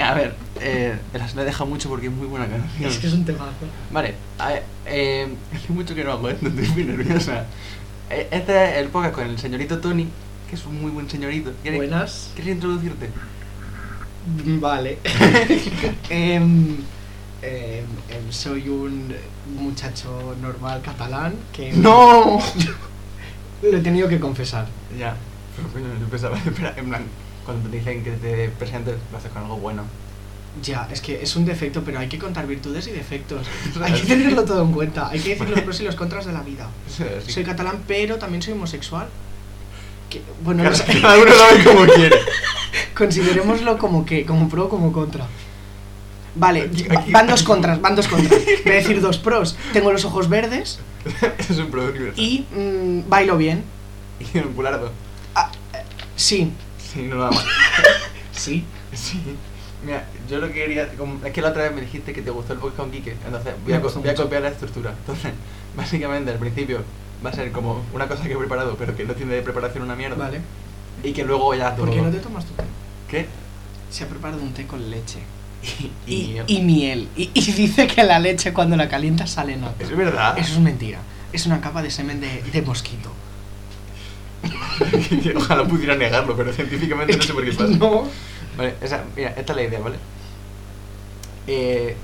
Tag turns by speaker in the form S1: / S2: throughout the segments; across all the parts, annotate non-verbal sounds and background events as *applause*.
S1: A ver, eh, las la deja mucho porque es muy buena canción.
S2: Es que es un *laughs* temazo.
S1: Vale, a ver, eh, *laughs* hace mucho que no hago esto, estoy muy nerviosa. Eh, Este es el podcast con el señorito Tony, que es un muy buen señorito. ¿Quieres,
S2: Buenas.
S1: ¿quieres introducirte?
S2: Vale. *laughs* Em, em, em, soy un muchacho normal catalán que... *laughs*
S1: ¡No!
S2: Lo he tenido que confesar.
S1: ya, pero coño, yo pensaba, *laughs* espera, en plan, cuando te dicen que te presentes, lo haces con algo bueno. *laughs*
S2: Ya, es que es un defecto, pero hay que contar virtudes y defectos. Hay *laughs* que tenerlo todo en cuenta. Hay que decir los pros y los contras de la vida.
S1: Así
S2: Soy
S1: que-
S2: catalán, pero también soy homosexual. Que- bueno, no *laughs* sé.
S1: Cada uno sabe como quiere. *laughs*
S2: Considerémoslo como que, como pro o como contra. Vale,
S1: Aquí-
S2: va-
S1: aquí-
S2: van dos contras, van dos contras. *laughs* Voy a decir dos pros. Tengo los ojos verdes
S1: es un producto universal.
S2: y mm, bailo bien.
S1: Y un bulardo.
S2: Sí,
S1: Sí, no nada más.
S2: sí.
S1: Sí. Mira, yo lo que quería. como- es que la otra vez me dijiste que te gustó el podcast con Quique. Entonces, voy
S2: Me
S1: a, co-
S2: gustó
S1: voy a
S2: mucho.
S1: copiar la estructura. Entonces, *laughs* básicamente, al principio va a ser como una cosa que he preparado, pero que no tiene de preparación una mierda.
S2: Vale.
S1: Y que luego ya.
S2: ¿Por
S1: todo-
S2: qué no te tomas tu té?
S1: ¿Qué?
S2: Se ha preparado un té con leche.
S1: Y,
S2: Y,
S1: mierda.
S2: y miel. Y, y dice que la leche cuando la calientas sale nata.
S1: Es verdad.
S2: Eso es
S1: *laughs*
S2: mentira. Es una capa de semen de, de mosquito.
S1: Ojalá pudiera negarlo, pero científicamente no sé
S2: *laughs*
S1: por qué pasa.
S2: No.
S1: Vale, esa, mira, esta es la idea, ¿vale? Eh,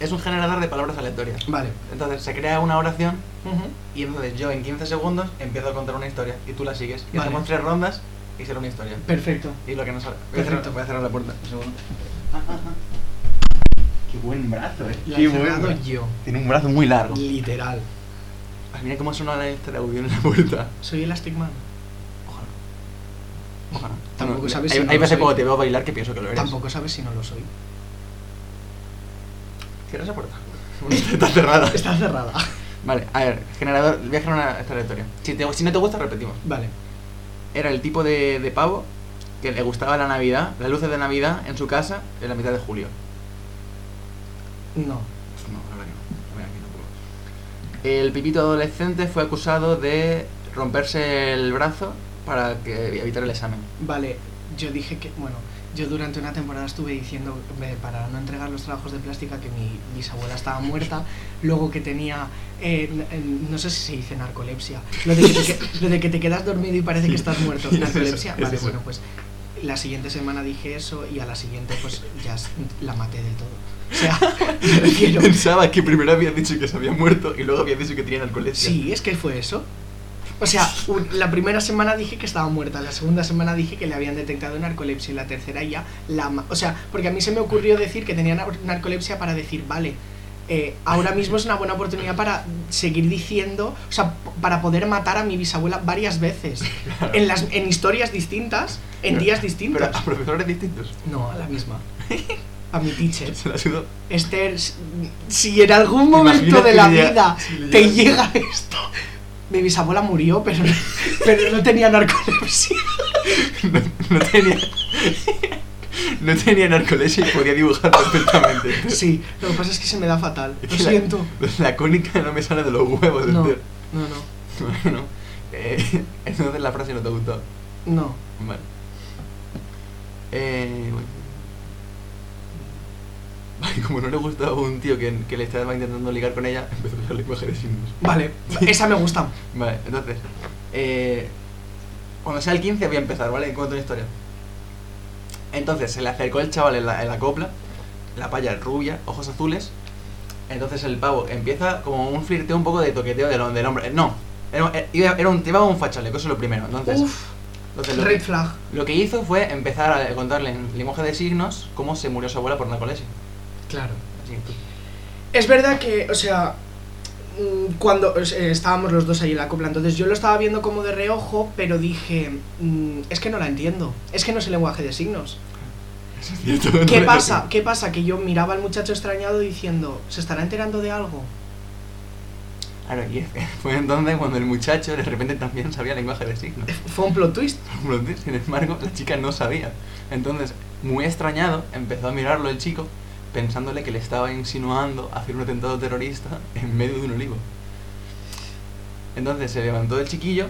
S1: es un generador de palabras aleatorias.
S2: Vale.
S1: Entonces se crea una oración
S2: Ujú.
S1: y entonces yo en 15 segundos empiezo a contar una historia y tú la sigues. Y
S2: Vale.
S1: hacemos tres rondas y será una historia.
S2: Perfecto.
S1: Y lo que nos salga. Voy a cerrar,
S2: Perfecto.
S1: voy a cerrar la puerta. Un segundo. Qué buen brazo, eh.
S2: La he cerrado yo.
S1: Tiene un brazo muy largo.
S2: Literal.
S1: Ay, mira cómo suena este audio en la puerta.
S2: Soy Elastic Man.
S1: Ojalá. Ojalá.
S2: Tampoco
S1: Bueno,
S2: sabes
S1: hay,
S2: si no
S1: hay
S2: lo
S1: veces
S2: soy.
S1: cuando te veo bailar que pienso que lo eres.
S2: Tampoco sabes si no lo soy.
S1: Cierra esa puerta. *laughs* Está cerrada.
S2: Está cerrada.
S1: Vale, a ver, generador, voy a generar una, esta aleatoria. Si, te- si no te gusta, repetimos.
S2: Vale.
S1: Era el tipo de, de pavo que le gustaba la Navidad, las luces de Navidad en su casa en la mitad de julio.
S2: No.
S1: Pues No, la verdad que no. Mira, aquí tampoco. El pipito adolescente fue acusado de romperse el brazo para que, evitar el
S2: *laughs*
S1: examen.
S2: Vale. Yo dije que. Bueno, yo durante una temporada estuve diciendo eh, para no entregar los trabajos de plástica que mi bisabuela estaba muerta. Luego que tenía. eh, n- eh, no sé si se dice narcolepsia. Lo de, que te, que- lo de que te quedas dormido y parece que estás muerto.
S1: *laughs* Es eso,
S2: Narcolepsia.
S1: es
S2: Vale,
S1: eso.
S2: bueno, pues. La siguiente semana dije eso y a la siguiente, pues ya s- la maté del todo. O sea, *laughs* me refiero.
S1: Pensaba que primero había dicho que se había muerto y luego había dicho que tenía narcolepsia.
S2: Sí, es que fue eso. O sea, un- la primera semana dije que estaba muerta, la segunda semana dije que le habían detectado narcolepsia y la tercera ya la... ma- O sea, porque a mí se me ocurrió decir que tenía nar- narcolepsia para decir, vale, eh, ahora mismo es una buena oportunidad para seguir diciendo, o sea, p- para poder matar a mi bisabuela
S1: *laughs*
S2: varias veces, en, las, en historias distintas, en
S1: Pero- Pero
S2: días
S1: ah.
S2: distintos.
S1: a profesores distintos.
S2: No, a la misma. A mi teacher.
S1: Se la ayudó.
S2: Esther, s- si en algún momento
S1: Imagínate
S2: de la
S1: que llega-
S2: vida
S1: si le
S2: te
S1: llega-
S2: llega esto. Mi bisabuela murió, pero, pero no tenía narcolepsia.
S1: No, no tenía. *laughs* No tenía narcolepsia y podía dibujar perfectamente.
S2: Sí, lo que pasa es que se me da fatal.
S1: Es
S2: Lo
S1: que la-
S2: siento.
S1: *laughs* La cónica no me sale de los huevos.
S2: No,
S1: Esther.
S2: no, no.
S1: Bueno, eh, *laughs* entonces la frase no te ha gustado.
S2: No.
S1: Vale. Eh, bueno. Vale, como no le gustaba un tío que, que le estaba intentando ligar con ella, *laughs* empezó a usar lenguaje de signos.
S2: Vale, esa me gusta.
S1: Vale, entonces. eh, cuando sea el 15 voy a empezar, ¿vale? En cuanto a la historia. Entonces se le acercó el chaval en la, en la copla, la palla rubia, ojos azules. Entonces el pavo empieza como un flirteo un poco de toqueteo del, hom- del hombre. Eh, No, era, era- era un, llevaba un fachaleco, eso es lo primero. Entonces,
S2: Uf,
S1: entonces lo,
S2: red
S1: que,
S2: flag.
S1: lo que hizo fue empezar a contarle en lenguaje de signos cómo se murió su abuela por narcolepsia.
S2: Claro.
S1: Así que, *laughs*
S2: Es verdad que, o sea, mm, cuando o sea, estábamos los dos ahí en la copla, entonces yo lo estaba viendo como de reojo, pero dije, mm, es que no la entiendo. Es que no es el lenguaje de signos.
S1: eso es cierto,
S2: ¿Qué
S1: no-
S2: pasa? ¿Qué pasa? Que yo miraba al muchacho extrañado diciendo, ¿se estará enterando de algo?
S1: Claro, y *laughs* fue entonces cuando el muchacho de repente también sabía lenguaje de signos.
S2: Fue un plot twist.
S1: *laughs* Blondie, sin embargo, la chica no sabía. Entonces, muy extrañado, empezó a mirarlo el chico, pensándole que le estaba insinuando hacer un atentado terrorista en medio de un olivo. Entonces se levantó el chiquillo,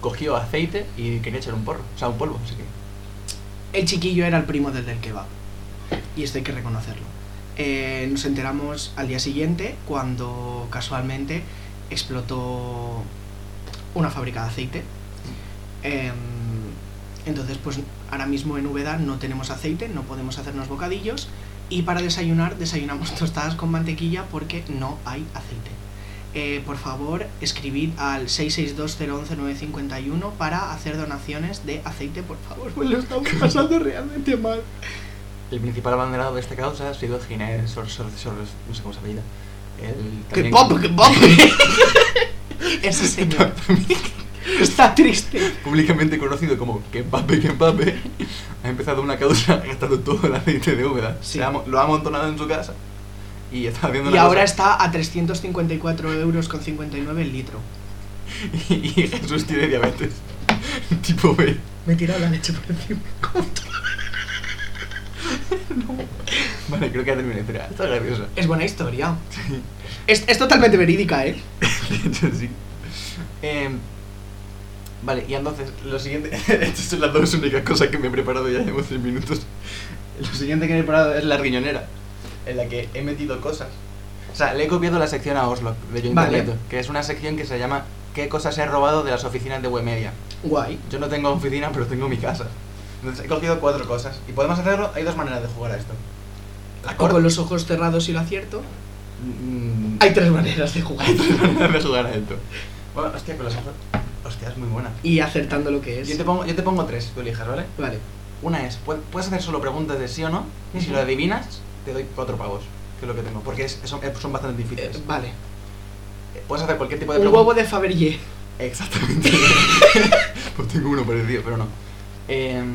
S1: cogió aceite y quería echar un porro, o sea, un polvo, así que.
S2: El chiquillo era el primo del del kebab. Y esto hay que reconocerlo. Eh, nos enteramos al día siguiente cuando casualmente explotó una fábrica de aceite. Eh, entonces, pues ahora mismo en Úbeda no tenemos aceite, no podemos hacernos bocadillos. Y para desayunar, desayunamos *laughs* tostadas con mantequilla porque no hay aceite. Eh, por favor, escribid al 662-011-951 para hacer donaciones de aceite, por favor. Pues lo estamos pasando realmente mal.
S1: El principal abanderado de esta causa ha sido Ginés Sor, Sor- Sor- no sé cómo se apellida. El,
S2: ¡Qué
S1: también-
S2: pop, qué
S1: *laughs*
S2: *laughs* pop! Ese señor está triste.
S1: públicamente conocido como que Mbappé, que Mbappé, ha empezado una causa *laughs* gastando todo el aceite de Úbeda.
S2: Sí.
S1: Se ha mo- lo ha amontonado en su casa y está haciendo
S2: Y
S1: una
S2: ahora
S1: cosa-
S2: está a 354 euros con 59 el litro.
S1: *laughs* y Jesús tiene diabetes. *laughs* tipo B.
S2: Me he tirado la leche por encima.
S1: Vale, creo que ha terminado la historia. Está graciosa.
S2: Es buena historia. Es, es totalmente verídica, ¿eh?
S1: De hecho, *laughs* sí. Em, vale, y entonces, lo siguiente. *laughs* Estas son las dos únicas cosas que me he preparado ya llevo tres minutos. Lo siguiente que me he preparado es la riñonera, en la que he metido cosas. O sea, le he copiado la sección a Oslo de Yo
S2: Vale.
S1: Interneto, que es una sección que se llama ¿Qué cosas he robado de las oficinas de Wemedia?
S2: Guay.
S1: Yo no tengo oficina, pero tengo mi casa. Entonces he cogido cuatro cosas. Y podemos hacerlo, hay dos maneras de jugar a esto. La
S2: O
S1: corta.
S2: con los ojos cerrados y lo acierto.
S1: Mm,
S2: Hay tres maneras de jugar.
S1: hay tres maneras de jugar a esto. Bueno, hostia, con los ojos. Hostia, es muy buena.
S2: Y acertando lo que es.
S1: Yo te, pongo, yo te pongo tres, tú elijas, ¿vale?
S2: Vale.
S1: Una es, pu- puedes hacer solo preguntas de sí o no, y si
S2: Ujú.
S1: lo adivinas, te doy cuatro pavos, que es lo que tengo, porque es- son, eh, son bastante
S2: Eh,
S1: difíciles.
S2: vale.
S1: Puedes hacer cualquier tipo de
S2: Un
S1: pregunta.
S2: huevo de Fabergé.
S1: Exactamente.
S2: *laughs*
S1: pues tengo uno parecido, pero no. Em,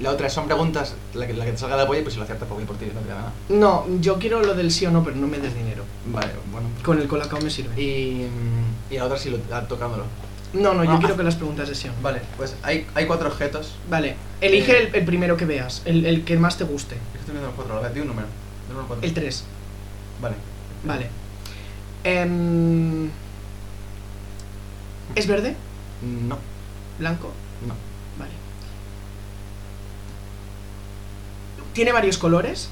S1: la otra son preguntas, la que, la que te salga de apoyo, pues si lo aciertas, pues voy por ti, no te da nada.
S2: No, yo quiero lo del sí o no, pero no me des dinero.
S1: Vale, bueno.
S2: Con el colacao me sirve.
S1: Y, mm, y la otra sí, lo, ah, tocándolo.
S2: No, no, yo
S1: No,
S2: quiero
S1: haz-
S2: que las preguntas de sí o no.
S1: Ah. Vale, pues hay, hay cuatro objetos.
S2: Vale. Elige
S1: Eh.
S2: el, el primero que veas, el, el que más te guste.
S1: Es que Estoy viendo los cuatro, a la vez, di un número. Di un número cuatro.
S2: El 3.
S1: Vale.
S2: Vale. Em, ¿Es verde?
S1: No,
S2: ¿Blanco?
S1: no.
S2: Vale. ¿Tiene varios colores?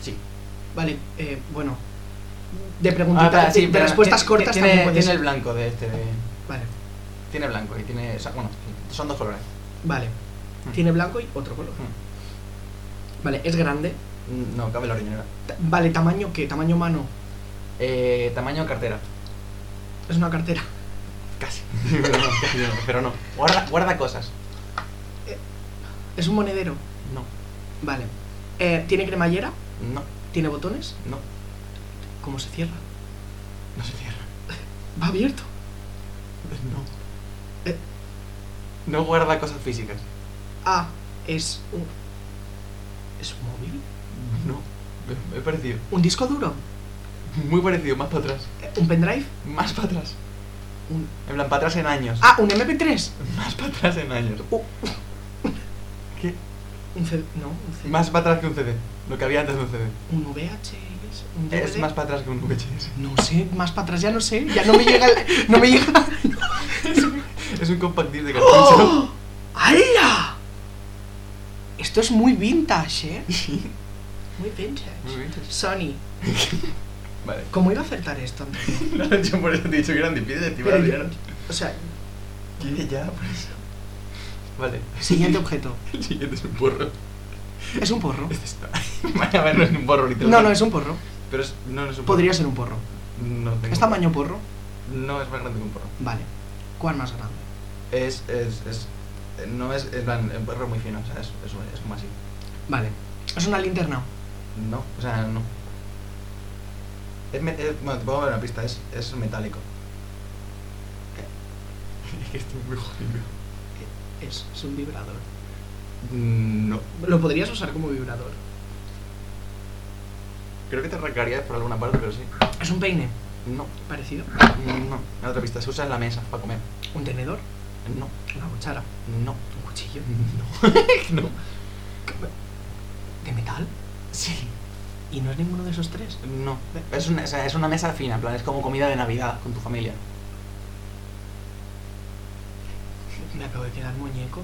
S1: Sí.
S2: Vale, eh, bueno. De
S1: Ah,
S2: preguntitas, de- Ah, de,
S1: pero
S2: respuestas
S1: ti-
S2: cortas
S1: tiene,
S2: también puede
S1: tiene
S2: ser.
S1: el blanco de este. de-
S2: Vale,
S1: tiene blanco y tiene. o sea, bueno, son dos colores.
S2: vale.
S1: Mm.
S2: Tiene blanco y otro color. Vale, es grande.
S1: Mm, No, cabe la riñonera.
S2: Ta- Vale, tamaño qué? Tamaño mano.
S1: Eh, tamaño cartera.
S2: Es una cartera.
S1: Casi. *laughs* pero no, casi no, pero no. Guarda, guarda cosas.
S2: Es un monedero.
S1: No,
S2: Vale. Eh, ¿Tiene cremallera?
S1: no,
S2: ¿Tiene botones?
S1: no.
S2: ¿Cómo se cierra?
S1: No se cierra. *laughs*
S2: Va abierto.
S1: No.
S2: Eh.
S1: No guarda cosas físicas.
S2: Ah, es un. ¿Es un móvil?
S1: No. Me, he parecido.
S2: ¿Un disco duro?
S1: Muy parecido, más para atrás.
S2: Eh, ¿Un pendrive?
S1: Más para atrás.
S2: Un-
S1: En plan, para atrás en años.
S2: Ah, un MP3.
S1: Más para atrás en años.
S2: Uh.
S1: ¿Qué?
S2: Un CD. No, un CD.
S1: Más para atrás que un CD. Lo que había antes de un CD.
S2: Un VHS. Un DVD.
S1: Es más para atrás que un *laughs* VHS.
S2: No sé, más para atrás ya no sé. Ya no me llega. el- No me llega.
S1: *laughs* Es un compact disc de cartucho. *laughs*
S2: ¡Oh! *gasps* ¡Hala! Esto es muy vintage, ¿eh? Muy vintage.
S1: Muy bien.
S2: Sony,
S1: *laughs* Vale.
S2: ¿cómo *laughs* iba a acertar esto? Antonio?
S1: Yo por eso te he dicho que eran difíciles, tío.
S2: Pero yo- o *laughs* sea,
S1: ya, por eso. Vale.
S2: siguiente objeto.
S1: *laughs* El siguiente es un porro.
S2: ¿Es un porro?
S1: Este está. *laughs* Vale, a ver, no es un porro literal.
S2: No, no, es un porro.
S1: Pero es, no, no es un porro.
S2: Podría ser un porro.
S1: No tengo.
S2: ¿Es tamaño porro?
S1: No es más grande que un porro.
S2: Vale. ¿Cuál más grande?
S1: Es. es, es eh, no es. Es plan, un porro muy fino. O sea, es, es, es como así.
S2: Vale. ¿Es una linterna?
S1: No, o sea, no. Es, me- es- bueno, te puedo dar una pista, es, es metálico. *laughs* Es que estoy muy jodido.
S2: Es, es un vibrador.
S1: Mm, No.
S2: Lo podrías usar como vibrador.
S1: Creo que te arrancarías por alguna parte, pero sí.
S2: ¿Es un peine?
S1: No,
S2: Parecido.
S1: no. La otra pista, se usa en la mesa para comer.
S2: ¿Un tenedor?
S1: No,
S2: ¿Una cuchara?
S1: no,
S2: ¿Un cuchillo?
S1: *laughs* no. no.
S2: ¿De metal?
S1: Sí.
S2: ¿Y no es ninguno de esos tres?
S1: *laughs* No. Es una, o sea, es una mesa fina, en plan, es como comida de Navidad con tu familia.
S2: Me acabo de quedar muñeco.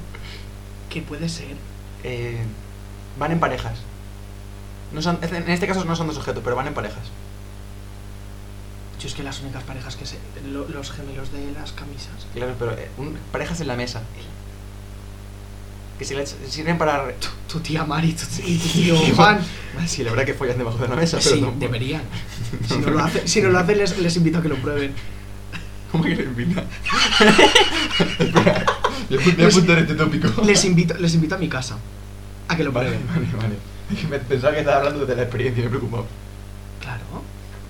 S2: ¿Qué puede ser?
S1: eh, van en parejas. No son, en este caso no son dos objetos, pero van en parejas.
S2: Yo es que las únicas parejas que sé, lo- los gemelos de las camisas.
S1: Claro, pero eh, un- parejas en la mesa. Que si las- sirven para... re- *laughs*
S2: Tu, tu tía Mari tu- y tu tío Juan.
S1: Sí, la verdad que follan debajo de la mesa, pero
S2: Sí,
S1: no... *laughs*
S2: deberían. Si no lo hacen, si no lo hacen, les, les invito a que lo prueben.
S1: ¿Cómo que le invita?
S2: *laughs*
S1: *laughs* Espera, yo voy
S2: Pues
S1: a apuntar este tópico.
S2: Les invito, les invito a mi casa a que
S1: *laughs*
S2: lo
S1: Vale,
S2: prueben.
S1: vale, vale. Es que me- Pensaba que estaba hablando de la experiencia, me he preocupado.
S2: Claro.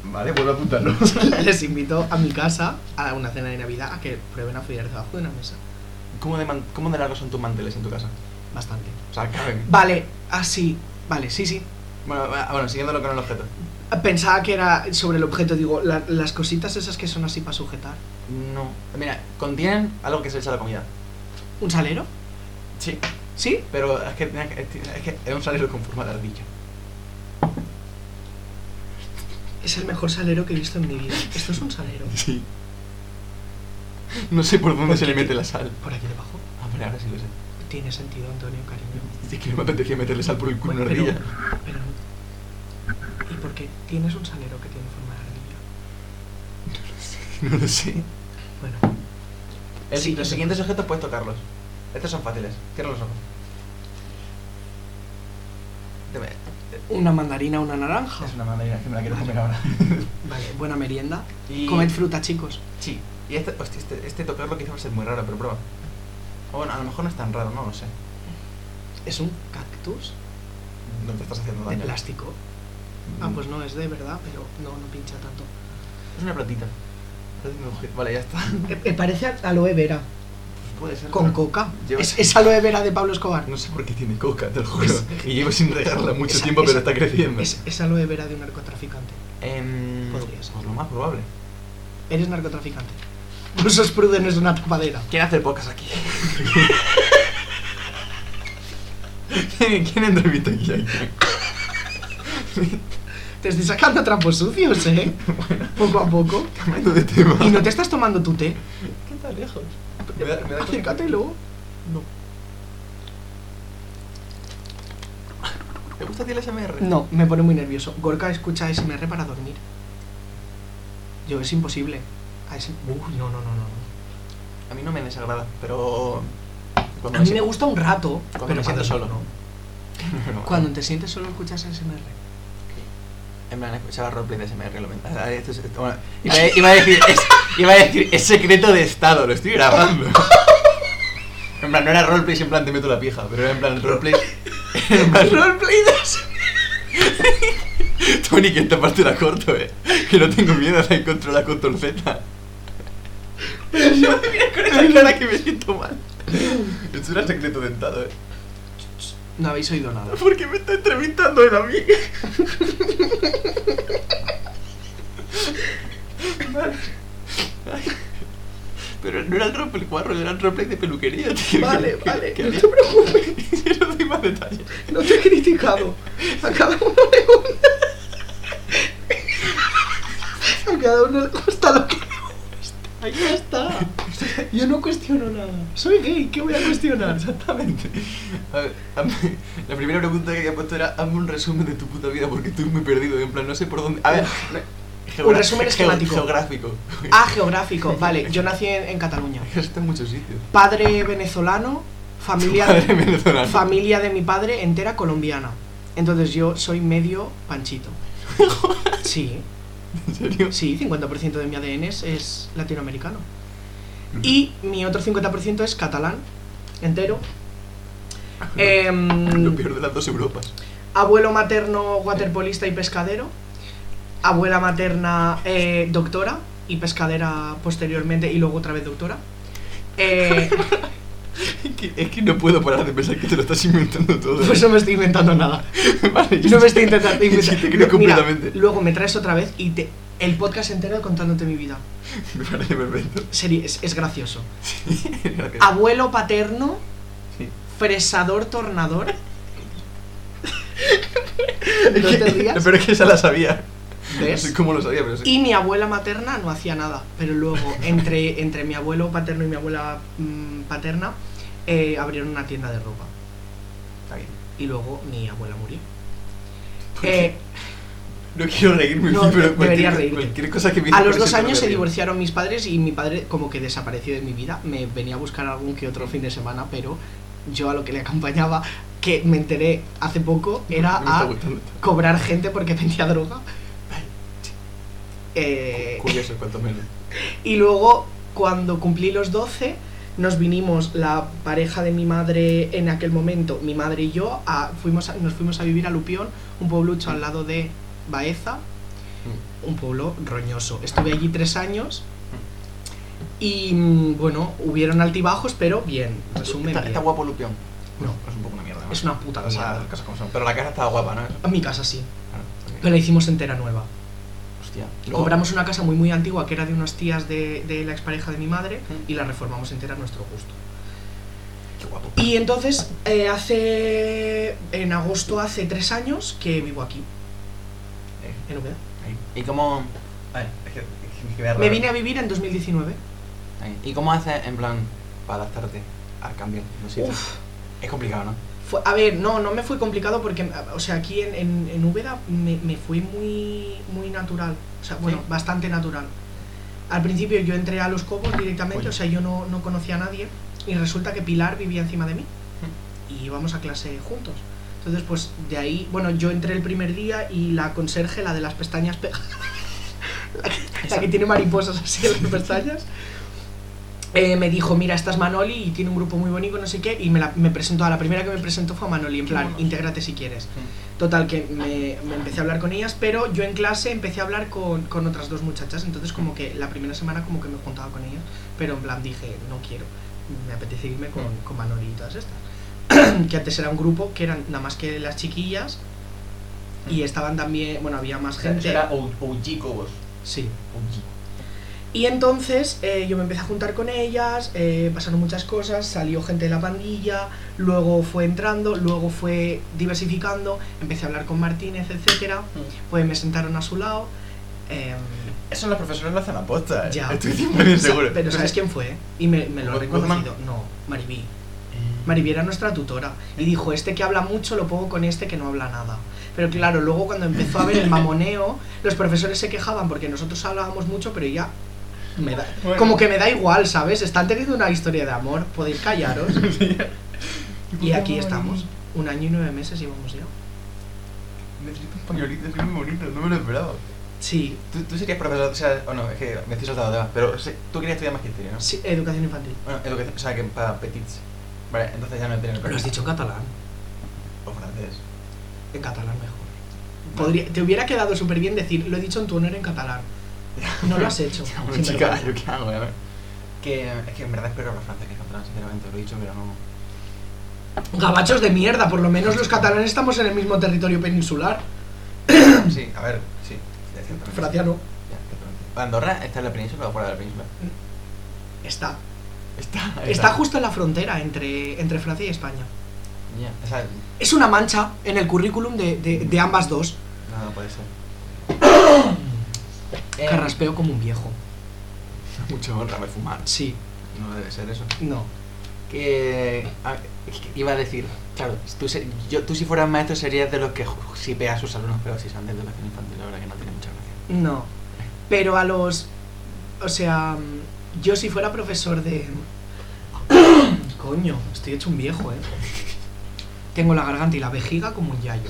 S1: Vale, vuelvo a
S2: *laughs*
S1: apuntarlo.
S2: Les invito a mi casa a una cena de Navidad a que prueben a follar debajo de una mesa.
S1: ¿Cómo de, man- cómo de largos son tus manteles en tu casa?
S2: Bastante.
S1: O sea, caben.
S2: Vale, así. Vale, sí, sí.
S1: Bueno, va- bueno, siguiendo lo que no el objeto.
S2: Pensaba que era sobre el objeto, digo, la- las cositas esas que son así para sujetar.
S1: No. Mira, contienen algo que se le echa a la comida.
S2: ¿Un salero?
S1: Sí.
S2: ¿Sí?
S1: Pero es que, tenía que- es que es un salero con forma de ardilla.
S2: Es el mejor salero que he visto en mi vida. Esto es un salero.
S1: *laughs* Sí. No sé por dónde
S2: ¿Por
S1: se le
S2: qué?
S1: mete la sal.
S2: Por aquí debajo.
S1: Ah, pero ahora sí lo sé.
S2: Tiene sentido, Antonio, cariño.
S1: Es que no me apetecía meterle sal por el culo a una
S2: Bueno,
S1: ardilla.
S2: pero, pero- ¿Y por qué tienes un salero que tiene forma de
S1: *laughs* No
S2: ardilla?
S1: lo sé.
S2: Bueno,
S1: El-
S2: Sí,
S1: los
S2: sí.
S1: siguientes objetos puedes tocarlos. Estos son fáciles. Cierra los ojos. Deme-
S2: una mandarina, una naranja.
S1: Es una mandarina que me la quiero comer ahora.
S2: Vale, buena merienda.
S1: *laughs* Y...
S2: Comed fruta, chicos.
S1: Sí. Y este, hostia, este, este tocarlo quizás va a ser muy raro, pero prueba. O bueno, a lo mejor no es tan raro, no lo sé.
S2: Es un cactus
S1: No te estás haciendo
S2: de
S1: daño.
S2: plástico. Ah, pues no, es de verdad, pero no, no pincha tanto.
S1: Es una platita. Platita de objeto. Vale, ya está. *laughs*
S2: Eh, eh, parece aloe vera
S1: Puede ser.
S2: con
S1: pero-
S2: coca.
S1: Yo-
S2: Es, es aloe vera de Pablo Escobar.
S1: No sé por qué tiene coca, te lo juro.
S2: Es-
S1: y llevo sin regarla mucho
S2: Esa-
S1: tiempo,
S2: esa-
S1: pero está creciendo.
S2: Es, es aloe vera de un narcotraficante.
S1: Em,
S2: Podría ser.
S1: Pues lo más probable.
S2: Eres narcotraficante. Bruce Spruden es una tapadera.
S1: ¿Quién hace pocas
S2: *laughs*
S1: aquí? ¿Quién, quién entrevista aquí?
S2: Te estoy sacando trapos sucios, ¿eh? Poco a poco.
S1: Cambiando de tema.
S2: Y no te estás tomando tu té.
S1: ¿Qué tan lejos? Me da, me da
S2: Acércatelo.
S1: No. ¿Te gusta a ti el SMR?
S2: No, me pone muy nervioso. Gorka escucha ASMR para dormir. Yo, es imposible. ASMR. Uy, no, no, no, no.
S1: A mí no me desagrada, pero. Cuando
S2: A mí me
S1: siento-
S2: gusta un rato,
S1: Cuando
S2: pero
S1: me siento solo,
S2: cuando-
S1: ¿no? *laughs* No,
S2: Cuando te sientes solo escuchas ASMR.
S1: En plan, escuchaba roleplay de SMR. Lo men- ah, esto es- esto- bueno, iba, a, iba a decir, es, iba a decir, es secreto de estado, lo estoy *laughs* grabando. En plan, no era roleplay, en plan, te meto la pija, pero era en plan roleplay. *laughs* En *laughs* plan,
S2: Roleplay de ASMR.
S1: Tony, que esta parte la corto, eh. Que no tengo miedo de controlar con control Z. *laughs* Yo me mira con esa cara que me siento mal. Esto era secreto de estado, eh.
S2: No habéis oído
S1: *laughs*
S2: nada.
S1: ¿Por qué me está entrevistando él a mí? Vale. Ay. Pero no era el roleplay cuadro, era el roleplay de peluquería, tío.
S2: Vale,
S1: Que-
S2: vale,
S1: que
S2: no
S1: había-
S2: te preocupes.
S1: Yo *laughs* no doy más detalles.
S2: No te he criticado. A cada uno le gusta. A cada uno le gusta lo que le gusta. Ahí ya está. Yo no cuestiono nada. Soy gay, ¿qué voy a cuestionar?
S1: Exactamente. A ver, hazme- la primera pregunta que había puesto era hazme un resumen de tu puta vida porque estoy muy perdido, en plan, no sé por dónde. A ver, no-
S2: Un
S1: geogra-
S2: resumen
S1: geo-
S2: esquemático.
S1: Geográfico. *laughs*
S2: Ah, geográfico. Vale, yo nací en, en Cataluña.
S1: Está en muchos sitios.
S2: Padre venezolano, familia,
S1: Padre venezolano.
S2: familia de mi padre entera colombiana. Entonces yo soy medio *laughs* panchito. Sí,
S1: ¿En serio?
S2: sí, 50% de mi ADN es, es latinoamericano. Y mi otro 50% es catalán, entero.
S1: Ah, *laughs*
S2: Em,
S1: Lo peor de las dos Europas.
S2: abuelo materno, waterpolista y pescadero. Abuela materna, eh, doctora y pescadera posteriormente y luego otra vez doctora.
S1: *laughs*
S2: Eh,
S1: Es que, es que no puedo parar de pensar que te lo estás inventando todo.
S2: pues no me estoy inventando nada.
S1: *laughs* Vale, yo
S2: No me
S1: sí-
S2: estoy intentando
S1: yo *laughs* sí
S2: inventar.
S1: te creo
S2: Mira,
S1: completamente.
S2: luego me traes otra vez y te, el podcast entero contándote mi vida.
S1: *laughs* Me parece perfecto.
S2: Sería, es, es gracioso.
S1: Gracias.
S2: Abuelo paterno,
S1: Sí.
S2: fresador tornador.
S1: *laughs* Es
S2: no
S1: que-
S2: te rías.
S1: Pero es que esa la sabía. No
S2: ¿Ves?
S1: sé cómo lo sabía, pero sí.
S2: Y mi abuela materna no hacía nada, pero luego entre, entre mi abuelo paterno y mi abuela mm, paterna eh, abrieron una tienda de ropa.
S1: Está bien.
S2: Y luego mi abuela murió.
S1: ¿Por qué?
S2: Eh,
S1: no quiero reírme,
S2: no,
S1: pero
S2: de- deberías
S1: cualquier,
S2: reírte.
S1: cualquier cosa que me
S2: a
S1: dices
S2: los
S1: por
S2: dos
S1: eso tengo
S2: años
S1: que
S2: se
S1: reír.
S2: divorciaron mis padres y mi padre como que desapareció de mi vida. Me venía a buscar algún que otro fin de semana, pero yo a lo que le acompañaba, que me enteré hace poco, era
S1: No me está
S2: a
S1: gustando esto.
S2: cobrar gente porque *laughs* vendía droga.
S1: *laughs*
S2: Eh,
S1: Curioso, cuanto menos.
S2: y luego, cuando cumplí los 12, nos vinimos la pareja de mi madre en aquel momento, mi madre y yo, a- fuimos a- nos fuimos a vivir a Lupión, un pueblucho al lado de Baeza,
S1: Mm.
S2: un pueblo roñoso. Estuve allí tres años y mm, bueno, hubieron altibajos, pero bien, resumen.
S1: Está, está
S2: bien.
S1: guapo Lupión.
S2: No.
S1: Es un poco una mierda. ¿no?
S2: Es una puta
S1: O sea,
S2: mierda.
S1: las cosas como son. Pero la casa estaba guapa, ¿no?
S2: En mi casa sí,
S1: Claro, ok.
S2: pero la hicimos entera nueva.
S1: Hostia. Luego-
S2: Compramos una casa muy muy antigua que era de unas tías de, de la expareja de mi madre
S1: Mm.
S2: y la reformamos entera a nuestro gusto.
S1: Qué guapo.
S2: Y entonces, eh, hace. En agosto hace tres años que vivo aquí,
S1: Eh,
S2: en Úbeda.
S1: ahí. ¿Y cómo...? Ay, es que- es que me, queda
S2: Me
S1: raro.
S2: vine a vivir en 2019.
S1: Ahí. ¿Y cómo haces, en plan, para adaptarte al cambio? No sé,
S2: Uf.
S1: Es complicado, ¿no?
S2: Fue- a ver, no, no me fue complicado porque, o sea, aquí en, en, en Úbeda me, me fue muy, muy natural. O sea, bueno,
S1: Sí.
S2: bastante natural. Al principio yo entré a los cobos directamente,
S1: Oye.
S2: o sea, yo no, no conocía a nadie y resulta que Pilar vivía encima de mí y íbamos a clase juntos. Entonces, pues de ahí, bueno, yo entré el primer día y la conserje, la de las pestañas pegadas, *laughs* la,
S1: Esa.
S2: que tiene mariposas así
S1: *laughs*
S2: en las pestañas, eh, me dijo, mira, esta es Manoli y tiene un grupo muy bonito, no sé qué, y me, la- me presentó, a la primera que me presentó fue a Manoli, en
S1: Qué
S2: plan,
S1: monos.
S2: intégrate si quieres. Total, que me, me empecé a hablar con ellas, pero yo en clase empecé a hablar con, con otras dos muchachas, entonces como que la primera semana como que me juntaba con ellas, pero en plan dije, no quiero, me apetece irme con,
S1: Mm.
S2: con Manoli y todas estas. *clears throat* que antes era un grupo que eran nada más que las chiquillas y estaban también, bueno, había más gente.
S1: Mm. Era OG Cobos.
S2: Sí.
S1: OG.
S2: Y entonces eh, yo me empecé a juntar con ellas, eh, pasaron muchas cosas, salió gente de la pandilla, luego fue entrando, luego fue diversificando, empecé a hablar con Martínez, etcétera,
S1: Mm.
S2: pues me sentaron a su lado.
S1: *laughs*
S2: em,
S1: Eso los profesores lo hacen a posta, ¿eh?
S2: Ya.
S1: Estoy 100% seguro.
S2: sa- pero ¿sabes quién fue? Y me, me lo he
S1: Guzmán.
S2: reconocido. No, Maribí.
S1: Eh,
S2: Maribí era nuestra tutora. Y dijo, este que habla mucho lo pongo con este que no habla nada. Pero claro, luego cuando empezó a ver el mamoneo, los profesores se quejaban porque nosotros hablábamos mucho, pero ella... Me da,
S1: Bueno.
S2: Como que me da igual, ¿sabes? Están teniendo una historia de amor, podéis callaros. y aquí estamos. Un año y nueve meses llevamos ya.
S1: Necesito un pañuelito, es muy bonito, no me lo esperaba.
S2: Sí,
S1: ¿Tú, tú serías profesor, o sea, o no, es que me estoy saltando temas, pero o sea, tú querías estudiar magisterio, ¿no?
S2: sí, educación infantil.
S1: Bueno, educación, o sea, que para petits. Vale, entonces ya no he tenido
S2: Pero has dicho en catalán.
S1: O francés.
S2: En catalán mejor. Podría- te hubiera quedado súper bien decir, lo he dicho en tu honor en catalán. *laughs* No lo has hecho.
S1: *laughs* Ya, bueno,
S2: sin
S1: chica,
S2: vergüenza.
S1: ¿yo qué hago? A ver. Que eh, es que en verdad espero hablar francés que catalán, sinceramente, lo he dicho, pero
S2: *coughs*
S1: no.
S2: Gabachos de mierda, por lo menos los catalanes estamos en el mismo territorio peninsular.
S1: Sí, a ver, sí. ya, ciertamente.
S2: Francia no.
S1: Ya, ciertamente. ¿Andorra está en la península o fuera de la península?
S2: Está.
S1: Está.
S2: Está justo en la frontera entre, entre Francia y España.
S1: Ya, o sea,
S2: Es una mancha en el currículum de, de- de ambas dos.
S1: no, no
S2: *coughs*
S1: puede ser. Eh, *laughs*
S2: Carraspeo como un viejo.
S1: Mucha honra me fumar.
S2: Sí,
S1: No debe ser eso.
S2: no.
S1: Que, a- es que iba a decir, claro, tú, se- yo, tú si fueras maestro serías de los que ju- shipea a sus alumnos, pero si son de educación infantil, la verdad que no tiene mucha gracia.
S2: No. Pero a los. O sea, yo si fuera profesor de. *coughs* Coño, estoy hecho un viejo, eh. Tengo la garganta y la vejiga como un yayo.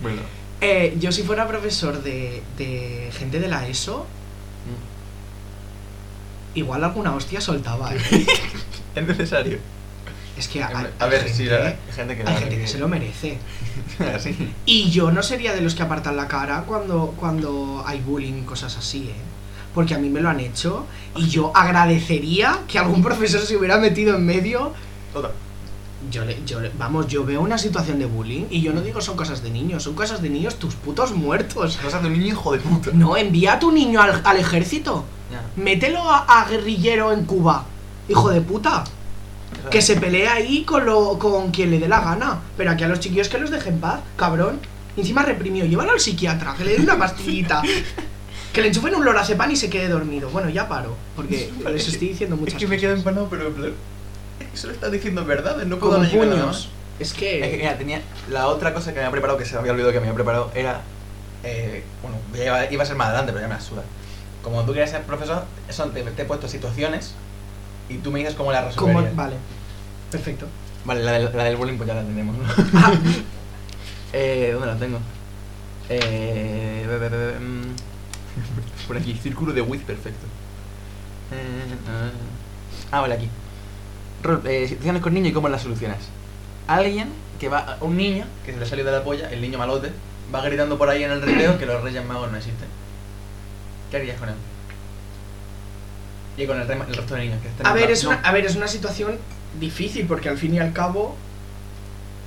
S1: Bueno.
S2: Eh, yo si fuera profesor de, de gente de la ESO,
S1: Mm.
S2: igual alguna hostia soltaba.
S1: *laughs*
S2: eh.
S1: Es necesario.
S2: Es que hay,
S1: a
S2: hay
S1: ver,
S2: gente, eh.
S1: sí, la, Ah, hay gente que, la
S2: hay
S1: verdad
S2: gente que
S1: *laughs*
S2: se lo merece.
S1: sí.
S2: Y yo no sería de los que apartan la cara cuando, cuando hay bullying, cosas así, ¿eh? Porque a mí me lo han hecho y yo agradecería que algún profesor se hubiera metido en medio.
S1: Total.
S2: Yo, le- yo le- vamos, yo veo una situación de bullying y yo no digo son cosas de niños, son cosas de niños tus putos muertos.
S1: Cosas de un niño hijo de puta.
S2: No, envía a tu niño al, al ejército.
S1: Ya,
S2: Mételo a, a guerrillero en Cuba, hijo de puta.
S1: o sea,
S2: Que se pelea ahí con, lo, con quien le dé la gana. Pero aquí a los chiquillos que los dejen en paz, cabrón. Encima reprimido, llévalo al psiquiatra, que le den una pastillita. que le enchufen un lorazepam y se quede dormido. Bueno, ya paro, porque
S1: *laughs*
S2: les estoy diciendo muchas
S1: Es que me
S2: cosas.
S1: quedo empanado, pero en plan, es que solo estás diciendo verdades, no puedo
S2: Como
S1: llegar a nada
S2: puños.
S1: más.
S2: Es
S1: Es que,
S2: que.
S1: mira, tenía la otra cosa que me había preparado, que se me había olvidado que me había preparado, era. eh, bueno, ya iba, iba a ser más adelante, pero ya me la suda. Como tú quieres ser profesor, son, te, te he puesto situaciones y tú me dices cómo las
S2: como-
S1: resolverías.
S2: Vale. Perfecto.
S1: Vale, la, del- la del bullying pues ya la tenemos, ¿no? *laughs* eh, ¿Dónde la tengo? Eh, be- be- be- be- mm. por aquí, círculo de width perfecto. Eh, eh. ah, vale, aquí. Rol- eh, situaciones con niños y cómo las solucionas. Alguien que va, un niño que se le salió de la polla, el niño malote, va gritando por ahí en el recreo que los reyes magos no existen. ¿Qué harías con él? Y con el, rema- el resto de niños que estén
S2: A ver,
S1: no-
S2: es una, a ver, es una situación difícil porque al fin y al cabo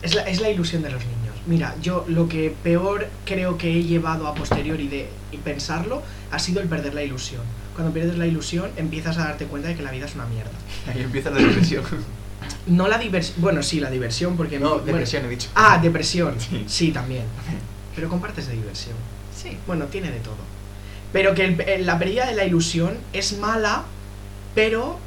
S2: es la, es la ilusión de los niños. Mira, yo lo que peor creo que he llevado a posteriori de y pensarlo ha sido el perder la ilusión. Cuando pierdes la ilusión empiezas a darte cuenta de que la vida es una mierda.
S1: *laughs* Ahí empieza la depresión.
S2: No la diversión, bueno, sí, la diversión porque...
S1: no,
S2: bueno,
S1: depresión he dicho.
S2: ah, depresión.
S1: Sí.
S2: Sí. también. Pero compartes de diversión.
S1: Sí.
S2: Bueno, tiene de todo. Pero que el- el- la pérdida de la ilusión es mala, pero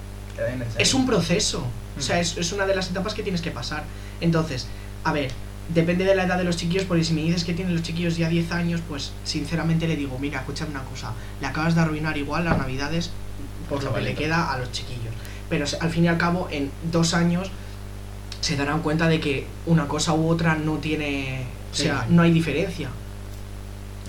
S2: es un proceso. O sea, es, es una de las etapas que tienes que pasar. Entonces, a ver, depende de la edad de los chiquillos, porque si me dices que tienen los chiquillos ya 10 años, pues sinceramente le digo, mira, escúchame una cosa, le acabas de arruinar igual las navidades por lo que le
S1: Chavalito.
S2: queda a los chiquillos. Pero se- al fin y al cabo, en dos años se darán cuenta de que una cosa u otra no tiene... O
S1: Sí,
S2: sea,
S1: sí.
S2: no hay diferencia.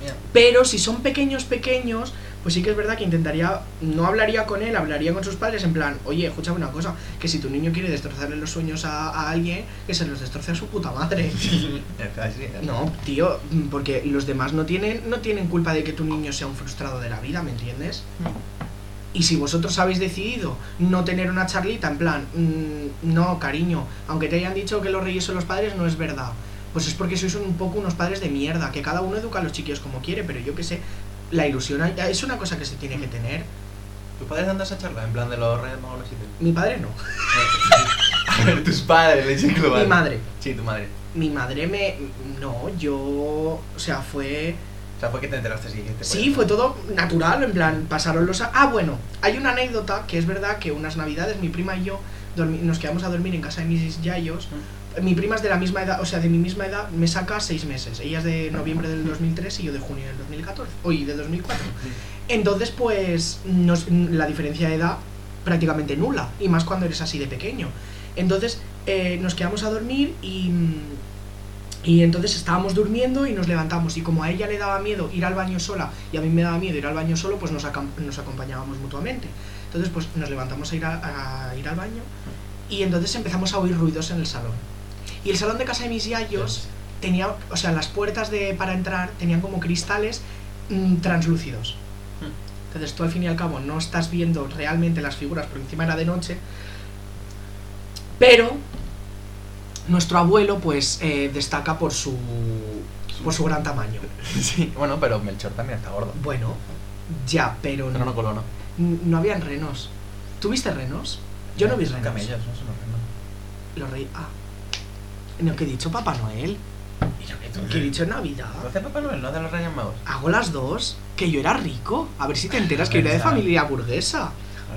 S1: Mira,
S2: Pero si son pequeños, pequeños, pues sí que es verdad que intentaría, no hablaría con él, hablaría con sus padres en plan, oye, escúchame una cosa, que si tu niño quiere destrozarle los sueños a, a alguien, que se los destroce a su puta madre. *laughs*
S1: es así, es.
S2: No, tío, mm, porque los demás no tienen, no tienen culpa de que tu niño sea un frustrado de la vida, ¿me entiendes? Y si vosotros habéis decidido no tener una charlita en plan, mm, no, cariño, aunque te hayan dicho que los reyes son los padres, no es verdad. Pues es porque sois un poco unos padres de mierda, que cada uno educa a los chiquillos como quiere, pero yo qué sé, la ilusión hay- es una cosa que se tiene que tener.
S1: ¿Tus padres dan esa charla? En plan de los reyes magos los siete. *laughs*
S2: Mi padre no,
S1: A ver, tus padres, le dicen que lo
S2: mi
S1: vale.
S2: madre.
S1: Sí, tu madre.
S2: Mi madre me... No, yo... O sea, fue...
S1: O sea, fue que te enteraste, sí. pues. que te
S2: Sí, fue
S1: fue
S2: todo natural, en plan, pasaron los... a- Ah, bueno, hay una anécdota que es verdad que unas navidades mi prima y yo dormi- nos quedamos a dormir en casa de mis yayos. Mi prima es de la misma edad, o sea, de mi misma edad, me saca seis meses. Ella es de noviembre del 2003 y yo de junio del 2014, hoy del 2004. Entonces, pues, nos- la diferencia de edad prácticamente nula, y más cuando eres así de pequeño. Entonces, eh, nos quedamos a dormir y... mm, y entonces estábamos durmiendo y nos levantamos y como a ella le daba miedo ir al baño sola y a mí me daba miedo ir al baño solo, pues nos, acam- nos acompañábamos mutuamente. Entonces pues nos levantamos a ir, a- a ir al baño y entonces empezamos a oír ruidos en el salón. Y el salón de casa de mis yayos tenía, o sea, las puertas de, para entrar tenían como cristales mm, translúcidos. Entonces tú al fin y al cabo no estás viendo realmente las figuras porque encima era de noche, pero nuestro abuelo pues eh, destaca por su, por su gran tamaño.
S1: *laughs* Sí, bueno, pero Melchor también está gordo.
S2: Bueno, ya, pero
S1: Pero no
S2: no,
S1: coló, ¿no?
S2: no habían renos. ¿Tuviste renos? Yo no vi renos.
S1: Camellos, no son los renos.
S2: Los rey... Ah. No, que he dicho Papá Noel.
S1: ¿Y yo qué
S2: Que he dicho Navidad.
S1: hace Pues Papá Noel? ¿No de los Reyes Magos?
S2: Hago las dos. Que yo era rico. A ver si te enteras que yo era de
S1: Pensaba.
S2: familia burguesa.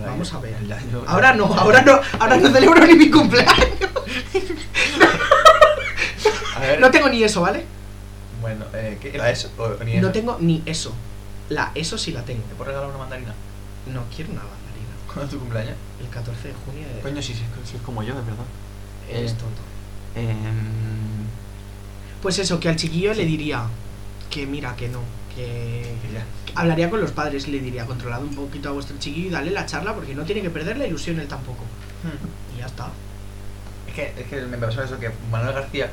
S2: Vamos a ver.
S1: Ya, yo- *laughs*
S2: Ahora no, ahora no, ahora no celebro ni mi cumpleaños.
S1: A ver.
S2: No tengo ni eso, ¿vale?
S1: Bueno, eh, ¿qué? ¿La eso? ¿O, o ni
S2: No
S1: eso?
S2: tengo ni eso. La eso sí la tengo.
S1: ¿Te puedo regalar una mandarina? *laughs*
S2: No quiero nada, Marina.
S1: ¿Cuándo es tu cumpleaños?
S2: El 14 de junio de...
S1: Coño, si, si- si es como yo, de verdad.
S2: Eres
S1: eh.
S2: tonto.
S1: Eh,
S2: Pues eso, que al chiquillo le diría que mira, que no, que...
S1: ya.
S2: que Hablaría con los padres y le diría, controlad un poquito a vuestro chiquillo y dale la charla porque no tiene que perder la ilusión él tampoco. Y ya está.
S1: Es que, es que me pasó eso que Manuel García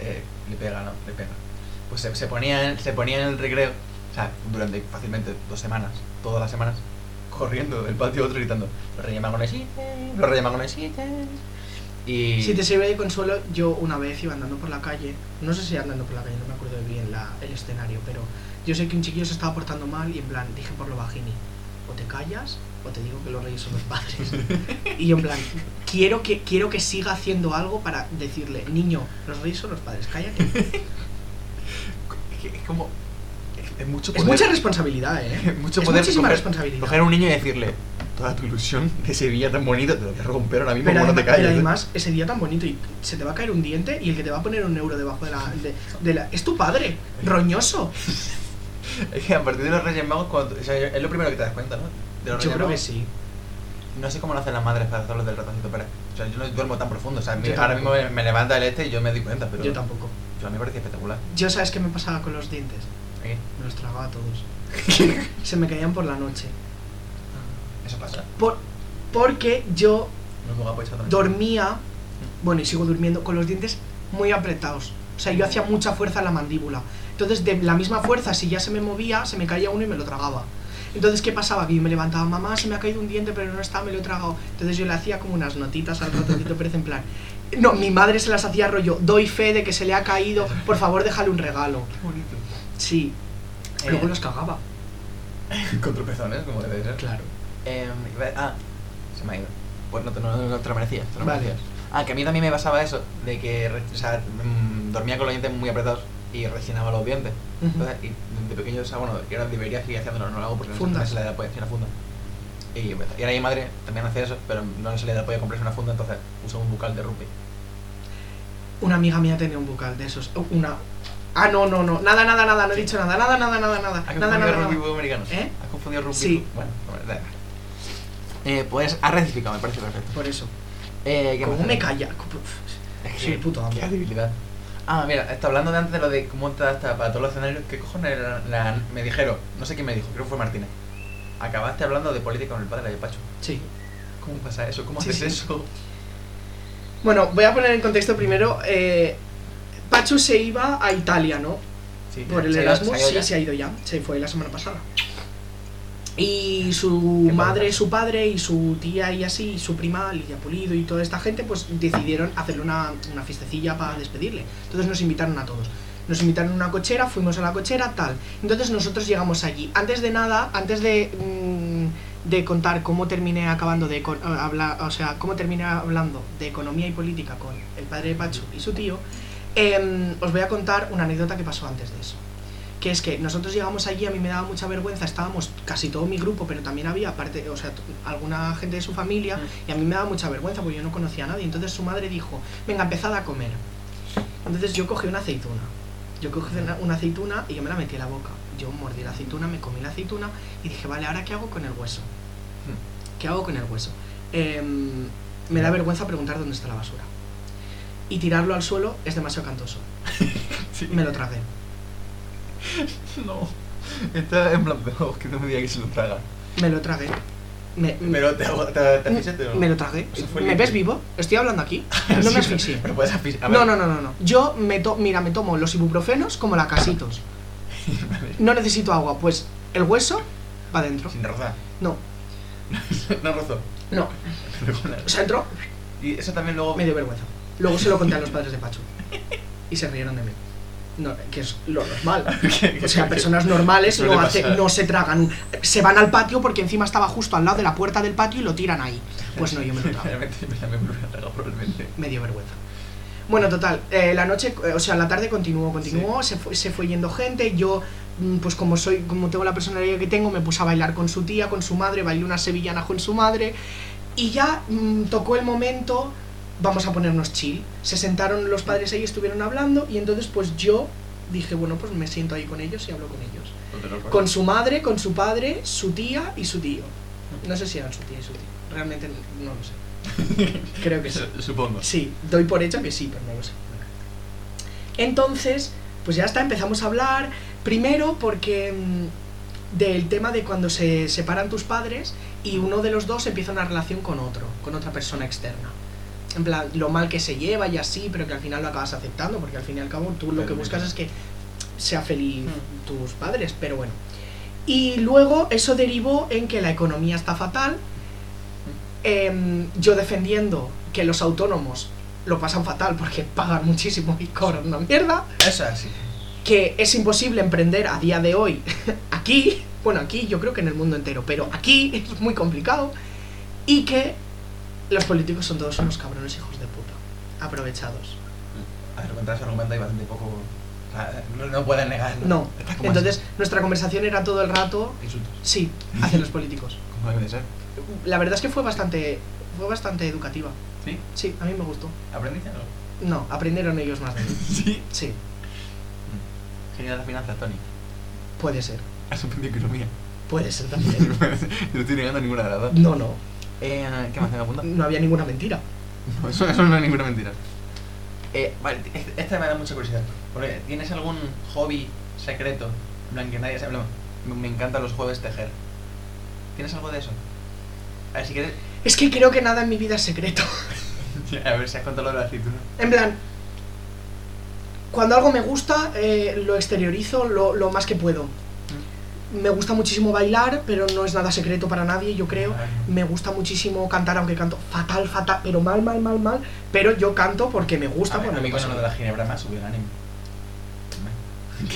S1: eh, le pega, ¿no? Le pega. Pues se, se ponía en, se ponía en el recreo, o sea, durante fácilmente dos semanas, todas las semanas, corriendo del patio a otro gritando, los reyes magos no existen, los reyes magos no existen. Y
S2: Si te sirve de consuelo, yo una vez iba andando por la calle, no sé si andando por la calle, no me acuerdo bien la, el escenario, pero yo sé que un chiquillo se estaba portando mal y en plan, dije por lo bajini, o te callas o te digo que los reyes son los padres. y yo en plan, quiero que, quiero que siga haciendo algo para decirle, niño, los reyes son los padres, cállate.
S1: es, que es como... Es, es mucho
S2: Es
S1: poder. *laughs*
S2: mucha responsabilidad, ¿eh?
S1: mucho
S2: es
S1: poder
S2: muchísima
S1: coger-
S2: responsabilidad.
S1: coger a un niño y decirle, toda tu ilusión de ese día tan bonito, te lo voy a romper ahora mismo
S2: Pero,
S1: como no
S2: además,
S1: te calles.
S2: pero
S1: ¿eh?
S2: además, ese día tan bonito y se te va a caer un diente y el que te va a poner un euro debajo de la. de- de la- es tu padre, roñoso.
S1: *laughs* Es que a partir de los Reyes Magos, cuando- o sea, es lo primero que te das cuenta, ¿no? De los
S2: Yo
S1: Reyes
S2: creo que
S1: Magos.
S2: sí.
S1: No sé cómo lo hacen las madres para hacerlo del ratoncito Pérez. O sea, yo no duermo tan profundo. O sea, a mí
S2: Yo
S1: ahora mismo
S2: tampoco.
S1: me, me levanta el este y yo me di cuenta, pero.
S2: Yo tampoco.
S1: pero a mí me parecía espectacular.
S2: Yo, ¿sabes qué me pasaba con los dientes?
S1: ¿Eh?
S2: Me los tragaba
S1: *laughs*
S2: todos. Se me caían por la noche.
S1: Eso pasa.
S2: Por, porque yo
S1: No me voy a apoyar también.
S2: dormía, bueno, y sigo durmiendo con los dientes muy apretados. O sea, yo hacía mucha fuerza en la mandíbula. Entonces, de la misma fuerza, si ya se me movía, se me caía uno y me lo tragaba. Entonces, ¿qué pasaba? Que yo me levantaba, mamá, se me ha caído un diente, pero no está, me lo he tragado. Entonces, yo le hacía como unas notitas al ratoncito *laughs* Pérez en plan. No, mi madre se las hacía rollo, doy fe de que se le ha caído, por favor, déjale un regalo.
S1: Qué bonito.
S2: Sí.
S1: Eh,
S2: Luego los cagaba.
S1: Con tropezones, como debe ser.
S2: Claro.
S1: Eh, iba- ah, se me ha ido. Pues no te, no, no te lo merecías, te lo
S2: Vale.
S1: merecías. Ah, que a mí también me pasaba eso, de que re- o sea, mm, dormía con los dientes muy apretados y resinaba los dientes.
S2: Ujú.
S1: Entonces, y de pequeño, o sea, bueno, yo ahora debería seguir haciéndolo, no lo hago porque
S2: Fundas.
S1: no se le da apoyo, una funda. Y, pues, y ahora mi madre también hace eso, pero no se le da apoyo a comprarse una funda, entonces usa un bucal de rugby.
S2: Una amiga mía tenía un bucal de esos. oh, Una. Ah, no, no, no. Nada, nada, nada. No he dicho nada. Nada, nada, nada, nada.
S1: ¿Has
S2: Nada,
S1: confundido
S2: nada,
S1: rugby
S2: nada.
S1: con americanos?
S2: ¿Eh?
S1: ¿Has confundido rugby?
S2: Sí.
S1: con- Bueno, bueno, da igual. eh, Pues ha rectificado, me parece perfecto.
S2: Por eso.
S1: Eh, ¿qué
S2: ¿Cómo
S1: más?
S2: me calla? Soy el puto amo.
S1: Qué debilidad. Ah, mira, está hablando de antes de lo de cómo está hasta para todos los escenarios. ¿Qué cojones era la- me dijeron? No sé quién me dijo, creo que fue Martínez. Acabaste hablando de política con el padre de Pacho.
S2: Sí.
S1: ¿Cómo pasa eso? ¿Cómo
S2: Sí,
S1: haces
S2: sí.
S1: eso?
S2: Bueno, voy a poner en contexto primero. eh, Pachu se iba a Italia, ¿no?
S1: Sí,
S2: Por el
S1: se ha ido-
S2: Erasmus.
S1: se ha ido
S2: Sí,
S1: ya.
S2: se ha ido ya. Se fue la semana pasada. Y su
S1: Qué
S2: madre,
S1: bonito.
S2: su padre y su tía y así, y su prima, Lidia Pulido y toda esta gente, pues decidieron hacerle una, una fiestecilla para despedirle. Entonces nos invitaron a todos. Nos invitaron a una cochera, fuimos a la cochera, tal. Entonces nosotros llegamos allí. Antes de nada, antes de, mm, de contar cómo terminé acabando de econ- eh, habla- o sea, cómo terminé hablando de economía y política con el padre de Pacho y su tío, em, os voy a contar una anécdota que pasó antes de eso que es que nosotros llegamos allí, a mí me daba mucha vergüenza, estábamos casi todo mi grupo, pero también había parte, o sea, t- alguna gente de su familia,
S1: Mm.
S2: y a mí me daba mucha vergüenza porque yo no conocía a nadie. Entonces su madre dijo, venga, empezad a comer. Entonces yo cogí una aceituna. Yo cogí una, una aceituna y yo me la metí en la boca. Yo mordí la aceituna, me comí la aceituna y dije, vale, ¿ahora qué hago con el hueso? ¿Qué hago con el hueso? Em, me da vergüenza preguntar dónde está la basura. Y tirarlo al suelo es demasiado cantoso.
S1: Sí.
S2: Me lo tragué.
S1: No. Está en plan, *laughs* pero que no me diga que se lo traga.
S2: Me lo tragué. Me,
S1: Pero te hago- te, te asfixiaste, ¿no?
S2: Mm.
S1: *laughs*
S2: me lo tragué.
S1: O sea, fue
S2: ¿Me
S1: líquido.
S2: ves vivo? Estoy hablando aquí.
S1: *laughs*
S2: No me asfixié.
S1: Pero puedes asfixiar.
S2: No, no, no, no, no. Yo me to mira, me tomo los ibuprofenos como la casitos. No necesito agua, pues el hueso va
S1: *laughs*
S2: adentro.
S1: Sin rozar.
S2: No,
S1: no rozó.
S2: no. O sea, entró,
S1: Y eso también luego. *laughs*
S2: me dio vergüenza. Luego se lo conté a los padres de Pachu. Y se rieron de mí. No, que es lo normal. O sea, personas normales
S1: Suele
S2: no, hace-
S1: pasar.
S2: no se tragan. un- Se van al patio porque encima estaba justo al lado de la puerta del patio y lo tiran ahí. Pues no, yo me lo
S1: *laughs*
S2: trago.
S1: Realmente me la me lo he tragado probablemente.
S2: me dio vergüenza. Bueno, total, eh, la noche, eh, o sea, la tarde continuó, continuó, se, fue, se fue yendo gente, yo, mm, pues como soy, como tengo la personalidad que tengo, me puse a bailar con su tía, con su madre, bailé una sevillana con su madre, y ya mm, tocó el momento, vamos a ponernos chill. Se sentaron los padres ahí, estuvieron hablando, y entonces pues yo dije, bueno, pues me siento ahí con ellos y hablo con ellos.
S3: *laughs*
S2: Con su madre, con su padre, su tía y su tío. No sé si eran su tía y su tío, realmente no lo sé. Creo que sí.
S1: Supongo.
S2: Sí, doy por hecho que sí, pero no lo sé. Entonces, pues ya está, empezamos a hablar. Primero porque mm, del tema de cuando se separan tus padres y uno de los dos empieza una relación con otro, con otra persona externa. En plan, lo mal que se lleva y así, pero que al final lo acabas aceptando, porque al fin y al cabo tú lo
S1: Totalmente.
S2: que buscas es que sea feliz tus padres, pero bueno. Y luego eso derivó en que la economía está fatal, em, yo defendiendo que los autónomos lo pasan fatal porque pagan muchísimo y cobran una mierda,
S1: Eso es así.
S2: que es imposible emprender a día de hoy *laughs* aquí, bueno, aquí yo creo que en el mundo entero, pero aquí es muy complicado, y que los políticos son todos unos cabrones hijos de puta, aprovechados.
S1: A ver, contra ese argumento hay bastante poco. o sea, No, no pueden negarlo.
S2: No,
S1: Está como
S2: entonces nuestra conversación era todo el rato,
S1: así. Insultos.
S2: sí, hacia los políticos.
S1: Como debe de ser.
S2: La verdad es que fue bastante, fue bastante educativa.
S1: ¿Sí?
S2: Sí, a mí me gustó.
S1: ¿Aprendiste *laughs* algo?
S2: No, aprendieron ellos más de mí.
S3: Sí.
S2: Sí,
S3: Genial las finanzas, Tony.
S2: puede ser.
S3: Has aprendido economía.
S2: Puede ser
S3: *laughs* no
S1: *laughs*
S2: también.
S3: estoy negando ninguna de las dos.
S2: No, no.
S3: Eh, ¿Qué más tengo apuntado?
S2: No había ninguna mentira.
S3: No, eso, eso no es ninguna mentira. Eh, vale, este- esta me da mucha curiosidad. Porque, ¿tienes algún hobby secreto? En plan, que nadie sabe. En plan, Me, me encantan los jueves tejer. ¿Tienes algo de eso? A ver si quieres.
S2: Es que creo que nada en mi vida es secreto.
S1: *laughs*
S3: A ver si has contado lo de la aceituna.
S2: En plan, cuando algo me gusta, eh, lo exteriorizo lo, lo más que puedo. Me gusta muchísimo bailar, pero no es nada secreto para nadie, yo creo. Me gusta muchísimo cantar, aunque canto fatal, fatal, pero mal, mal, mal, mal. Pero yo canto porque me gusta.
S1: A ver,
S2: porque
S1: a
S2: me
S1: mí con
S2: pasa
S1: lo de la
S2: bien.
S1: ginebra más subió el ánimo.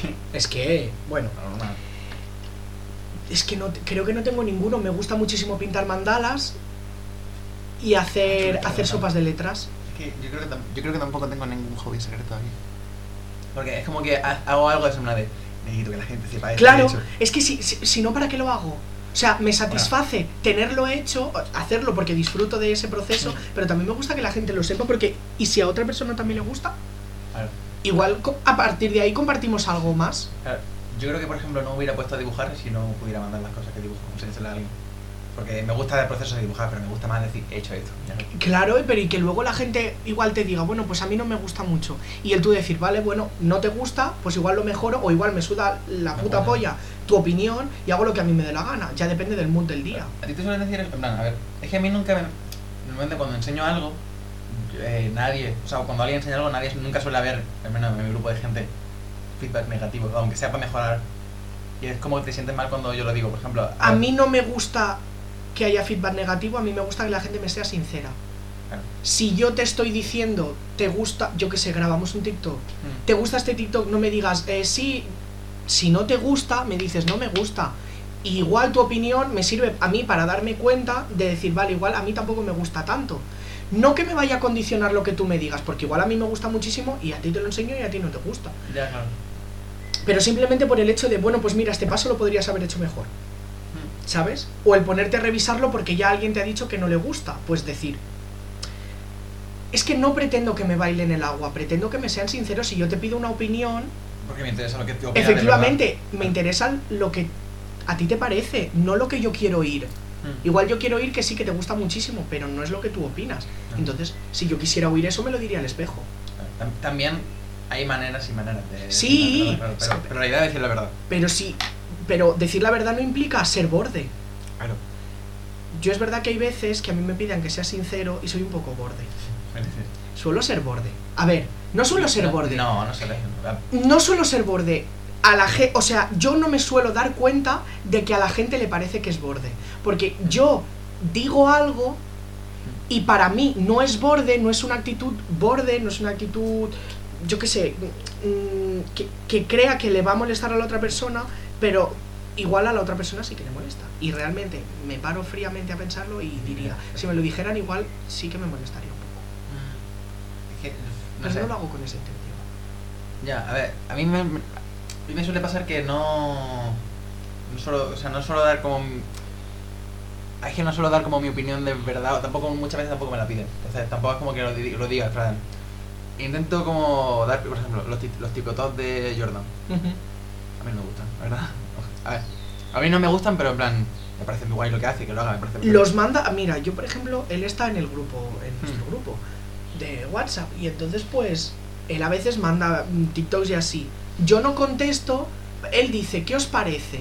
S1: ¿Qué?
S2: Es que, bueno,
S1: Normal.
S2: es que no, te- creo que no tengo ninguno. Me gusta muchísimo pintar mandalas y
S1: Ah,
S2: hacer, hacer sopas de letras.
S3: Es que yo creo que, tam- yo creo que tampoco tengo ningún hobby secreto aquí. Porque es como que ha- hago algo de semana de. Necesito que la gente sepa esto.
S2: Claro,
S3: de hecho".
S2: es que si, si, si no, ¿para qué lo hago? O sea, me satisface tenerlo hecho, hacerlo porque disfruto de ese proceso,
S1: Mm.
S2: pero también me gusta que la gente lo sepa porque, y si a otra persona también le gusta,
S1: Claro.
S2: igual co- a partir de ahí compartimos algo más.
S1: Claro, Yo creo que, por ejemplo, no me hubiera puesto a dibujar si no pudiera mandar las cosas que dibujo, enseñárselo a alguien. Porque me gusta el proceso de dibujar, pero me gusta más decir, he hecho esto. ya lo-
S2: Claro, eh, pero y que luego la gente igual te diga, bueno, pues a mí no me gusta mucho. Y el tú decir, vale, bueno, no te gusta, pues igual lo mejoro o igual me suda la
S1: Me
S2: puta
S1: mola.
S2: polla tu opinión y hago lo que a mí me dé la gana. Ya depende del mood del día.
S1: A ti te suelen decir, en plan, a ver, es que a mí nunca me... Normalmente cuando enseño algo, eh, nadie, o sea, cuando alguien enseña algo, nadie nunca suele haber, al menos en mi grupo de gente, feedback negativo, aunque sea para mejorar. Y es como que te sientes mal cuando yo lo digo, por ejemplo. "Ah,
S2: A mí no me gusta que haya feedback negativo, a mí me gusta que la gente me sea sincera.
S1: Claro.
S2: Si yo te estoy diciendo, te gusta, yo que sé, grabamos un TikTok,
S1: Mm.
S2: te gusta este TikTok, no me digas, eh, sí, si no te gusta, me dices, no me gusta. Y igual tu opinión me sirve a mí para darme cuenta de decir, vale, igual a mí tampoco me gusta tanto. No que me vaya a condicionar lo que tú me digas, porque igual a mí me gusta muchísimo y a ti te lo enseño y a ti no te gusta.
S1: Ya, claro.
S2: Pero simplemente por el hecho de, bueno, pues mira, este paso lo podrías haber hecho mejor.
S1: Mm.
S2: ¿sabes? O el ponerte a revisarlo porque ya alguien te ha dicho que no le gusta. Pues decir, es que no pretendo que me bailen el agua, pretendo que me sean sinceros si yo te pido una opinión.
S1: Porque me interesa lo que te opinas de
S2: Efectivamente, me interesa lo que a ti te parece, no lo que yo quiero oír.
S1: verdad. Mm.
S2: Igual yo quiero oír que sí que te gusta muchísimo, pero no es lo que tú opinas. Entonces, si yo quisiera oír eso, me lo diría al espejo.
S1: Tam- También hay maneras y maneras de.
S2: Sí.
S1: de- claro, pero, pero la idea es decir la verdad.
S2: Pero sí, pero decir la verdad no implica ser borde.
S1: Claro.
S2: Yo es verdad que hay veces que a mí me pidan que sea sincero y soy un poco borde. Suelo ser borde. A ver, no suelo ser borde. No,
S1: No, no se le
S2: suelo ser borde. A la ge- o sea, yo no me suelo dar cuenta de que a la gente le parece que es borde. Porque yo digo algo y para mí no es borde, no es una actitud borde, no es una actitud, yo qué sé, mm, que, que crea que le va a molestar a la otra persona, pero igual a la otra persona sí que le molesta. Y realmente me paro fríamente a pensarlo y diría, si me lo dijeran igual sí que me molestaría un poco.
S1: Es que. No
S2: Mm. Pero
S1: sé.
S2: no lo hago con esa intención.
S1: Ya, a ver, a mí me, me- a mí me suele pasar que no. No suelo, o sea, no suelo dar como. mi- Es que no suelo dar como mi opinión de verdad, o tampoco muchas veces tampoco me la piden. Entonces tampoco es como que lo, di- lo diga, en plan, Intento como dar, por ejemplo, los, ti- los ticotados de Jordan. A mí no me gustan, la ¿verdad? *laughs* A ver, a mí no me gustan, pero en plan, me parece muy guay lo que hace, que lo haga, me parece muy
S2: Los manda, mira, yo por ejemplo, él está en el grupo, en nuestro
S1: Hmm.
S2: grupo de WhatsApp y entonces pues él a veces manda mm, TikToks y así. Yo no contesto, él dice, "¿Qué os parece?"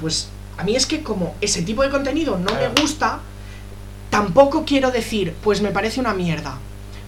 S2: Pues a mí es que como ese tipo de contenido no
S1: Claro.
S2: me gusta, tampoco quiero decir, pues me parece una mierda.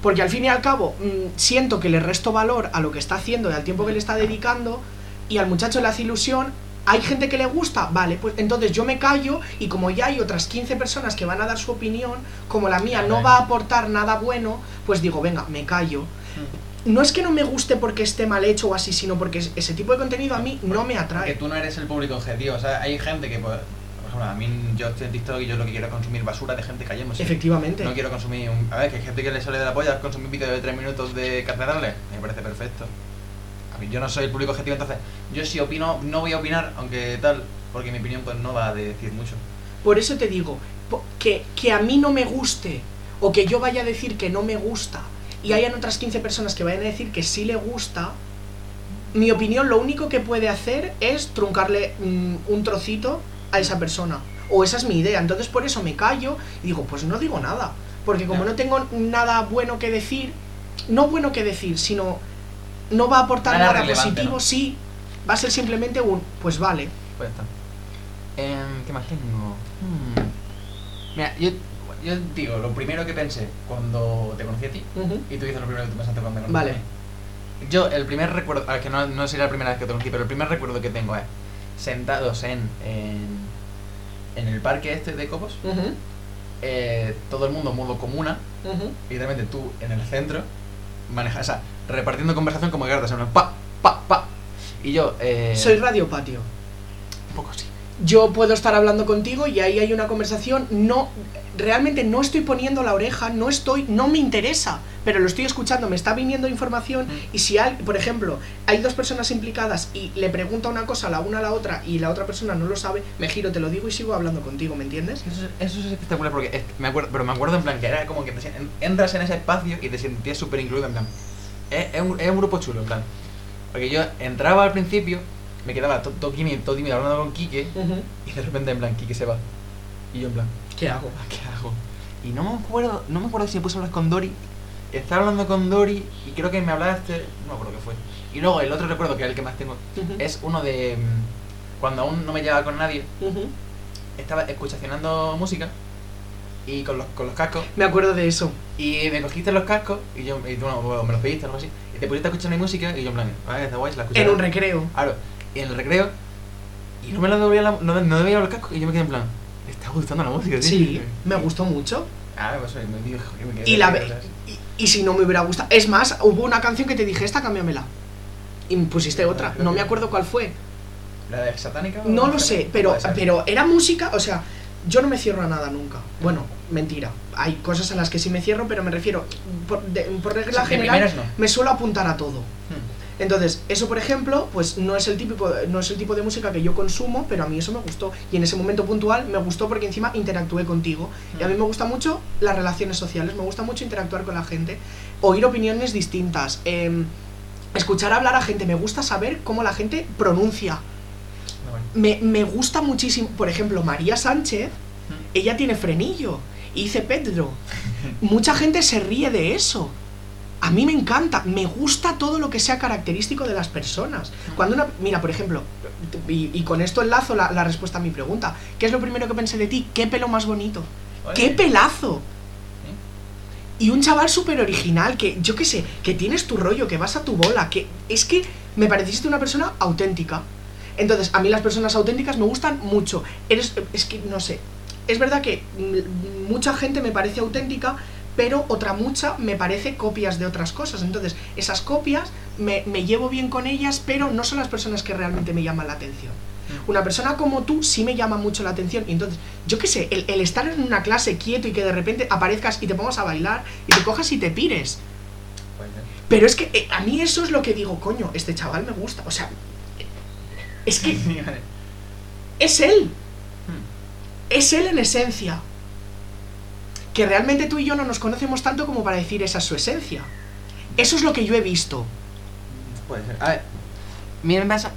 S2: Porque al fin y al cabo mm, siento que le resto valor a lo que está haciendo y al tiempo que le está
S1: Hmm.
S2: dedicando y al muchacho le hace ilusión. Hay gente que le gusta, vale, pues entonces yo me callo y como ya hay otras 15 personas que van a dar su opinión, como la mía no
S1: Vale.
S2: va a aportar nada bueno, pues digo, venga, me callo.
S1: Mm.
S2: No es que no me guste porque esté mal hecho o así, sino porque es- ese tipo de contenido a mí no me
S1: Porque
S2: atrae.
S1: tú no eres el público objetivo, o sea, hay gente que, pues, por ejemplo, a mí yo estoy en TikTok y yo lo que quiero es consumir basura de gente cayéndose.
S2: Efectivamente.
S1: No quiero consumir un... A ver, que hay gente que le sale de la polla consumir vídeos de 3 minutos de catedrales. Me parece perfecto. A mí, yo no soy el público objetivo, entonces yo si opino, no voy a opinar, aunque tal, porque mi opinión pues no va a decir mucho.
S2: Por eso te digo, po- que, que a mí no me guste o que yo vaya a decir que no me gusta y hayan otras 15 personas que vayan a decir que sí le gusta, mi opinión lo único que puede hacer es truncarle mm, un trocito a esa persona. O esa es mi idea. Entonces por eso me callo y digo, pues no digo nada. Porque como
S1: Ya.
S2: no tengo nada bueno que decir, no bueno que decir, sino no va a aportar
S1: Nada
S2: nada,
S1: relevante,
S2: positivo,
S1: ¿no?
S2: sí. Va a ser simplemente un, pues vale.
S1: Pues ya está. Em, ¿Qué más tengo? Hmm. Mira, yo, yo digo, lo primero que pensé cuando te conocí a ti,
S2: Ujú.
S1: y tú dices lo primero que tú pensaste cuando me conocí.
S2: Vale.
S1: a mí. Yo, el primer recuerdo, a ver, que no, no sería la primera vez que te conocí, pero el primer recuerdo que tengo es sentados en, en, en el parque este de Copos,
S2: Ujú,
S1: eh, todo el mundo en modo comuna,
S2: ujú.
S1: literalmente tú en el centro, maneja, o sea, repartiendo conversación como cartas, en plan, pa, pa, pa. Y yo, eh,
S2: Soy Radio Patio.
S1: un poco así.
S2: Yo puedo estar hablando contigo y ahí hay una conversación. No, realmente no estoy poniendo la oreja, no estoy, no me interesa, pero lo estoy escuchando, me está viniendo información.
S1: Mm.
S2: Y si, al- por ejemplo, hay dos personas implicadas y le pregunta una cosa la una a la otra y la otra persona no lo sabe, me giro, te lo digo y sigo hablando contigo, ¿me entiendes?
S1: Eso, es- eso es espectacular porque es- me acuerdo, pero me acuerdo en plan que era como que te sien- entras en ese espacio y te sentías súper incluido en plan. Es, es un, es un grupo chulo, en plan. Porque yo entraba al principio, me quedaba todo, todo tímido, todo tímido hablando con Quique y de repente en plan Quique se va. Y yo en plan,
S2: ¿Qué hago?
S1: "Ah, ¿qué hago? Y no me acuerdo, no me acuerdo si me puse a hablar con Dori. Estaba hablando con Dori y creo que me hablaste, no me acuerdo qué fue. Y luego el otro recuerdo que es el que más tengo es uno de mm, cuando aún no me llevaba con nadie
S2: Ujú.
S1: estaba escuchacionando música y con los, con los cascos
S2: Me acuerdo de eso.
S1: y me cogiste los cascos y yo y tú no, o me los pediste o algo así y te pusiste a escuchar mi música y yo en plan ah, está guay, se la escuché
S2: En un recreo.
S1: claro y en el recreo y no me la devolvía la- no, no debía los cascos y yo me quedé en plan ¿te está gustando la música? tío?".
S2: Sí, me gustó mucho.
S1: *laughs* ah pues oye, me dijo que me quedé
S2: Y, la ve-
S1: ¿sabes?
S2: y, y si no me hubiera gustado. Es más, hubo una canción que te dije, esta cámbiamela. Y me pusiste
S1: Ah,
S2: otra. No me acuerdo cuál fue.
S1: ¿la de satánica? o
S2: No
S1: la
S2: lo
S1: de-
S2: sé, pero,
S1: Puede ser.
S2: pero era música, o sea, yo no me cierro a nada nunca. Bueno, mentira. Hay cosas a las que sí me cierro, pero me refiero, por, de- por
S1: Sí,
S2: regla
S1: de
S2: general,
S1: primeras no
S2: me suelo apuntar a todo.
S1: Hmm.
S2: Entonces, eso por ejemplo, pues no es el típico, no es el tipo de música que yo consumo, pero a mí eso me gustó. Y en ese momento puntual me gustó porque encima interactué contigo. Y a mí me gusta mucho las relaciones sociales, me gusta mucho interactuar con la gente, oír opiniones distintas, em, escuchar hablar a gente, me gusta saber cómo la gente pronuncia.
S1: No, vale.
S2: Me, me gusta muchísimo, por ejemplo, María Sánchez,
S1: Hmm.
S2: ella tiene frenillo y dice Pedro. Mucha gente se ríe de eso. A mí me encanta, me gusta todo lo que sea característico de las personas. Cuando una, mira, por ejemplo, y, y con esto enlazo la, la respuesta a mi pregunta. ¿Qué es lo primero que pensé de ti? ¿Qué pelo más bonito?
S1: Oye,
S2: ¡Qué pelazo! Y un chaval súper original, que yo qué sé, que tienes tu rollo, que vas a tu bola, que es que me pareciste una persona auténtica. Entonces, a mí las personas auténticas me gustan mucho. Eres, es que, no sé, es verdad que mm, mucha gente me parece auténtica, pero otra mucha me parece copias de otras cosas. Entonces, esas copias me, me llevo bien con ellas, pero no son las personas que realmente me llaman la atención. Una persona como tú sí me llama mucho la atención. Y entonces, yo qué sé, el, el estar en una clase quieto y que de repente aparezcas y te pongas a bailar y te cojas y te pires.
S1: puede ser.
S2: Pero es que eh, a mí eso es lo que digo, coño, este chaval me gusta. O sea, eh, es que
S1: Sí, pues, *laughs* vale.
S2: es él.
S1: Hmm.
S2: es él en esencia. Que realmente tú y yo no nos conocemos tanto como para decir esa es su esencia. Eso es lo que yo he visto.
S1: Puede ser. A ver, mira, me pasa,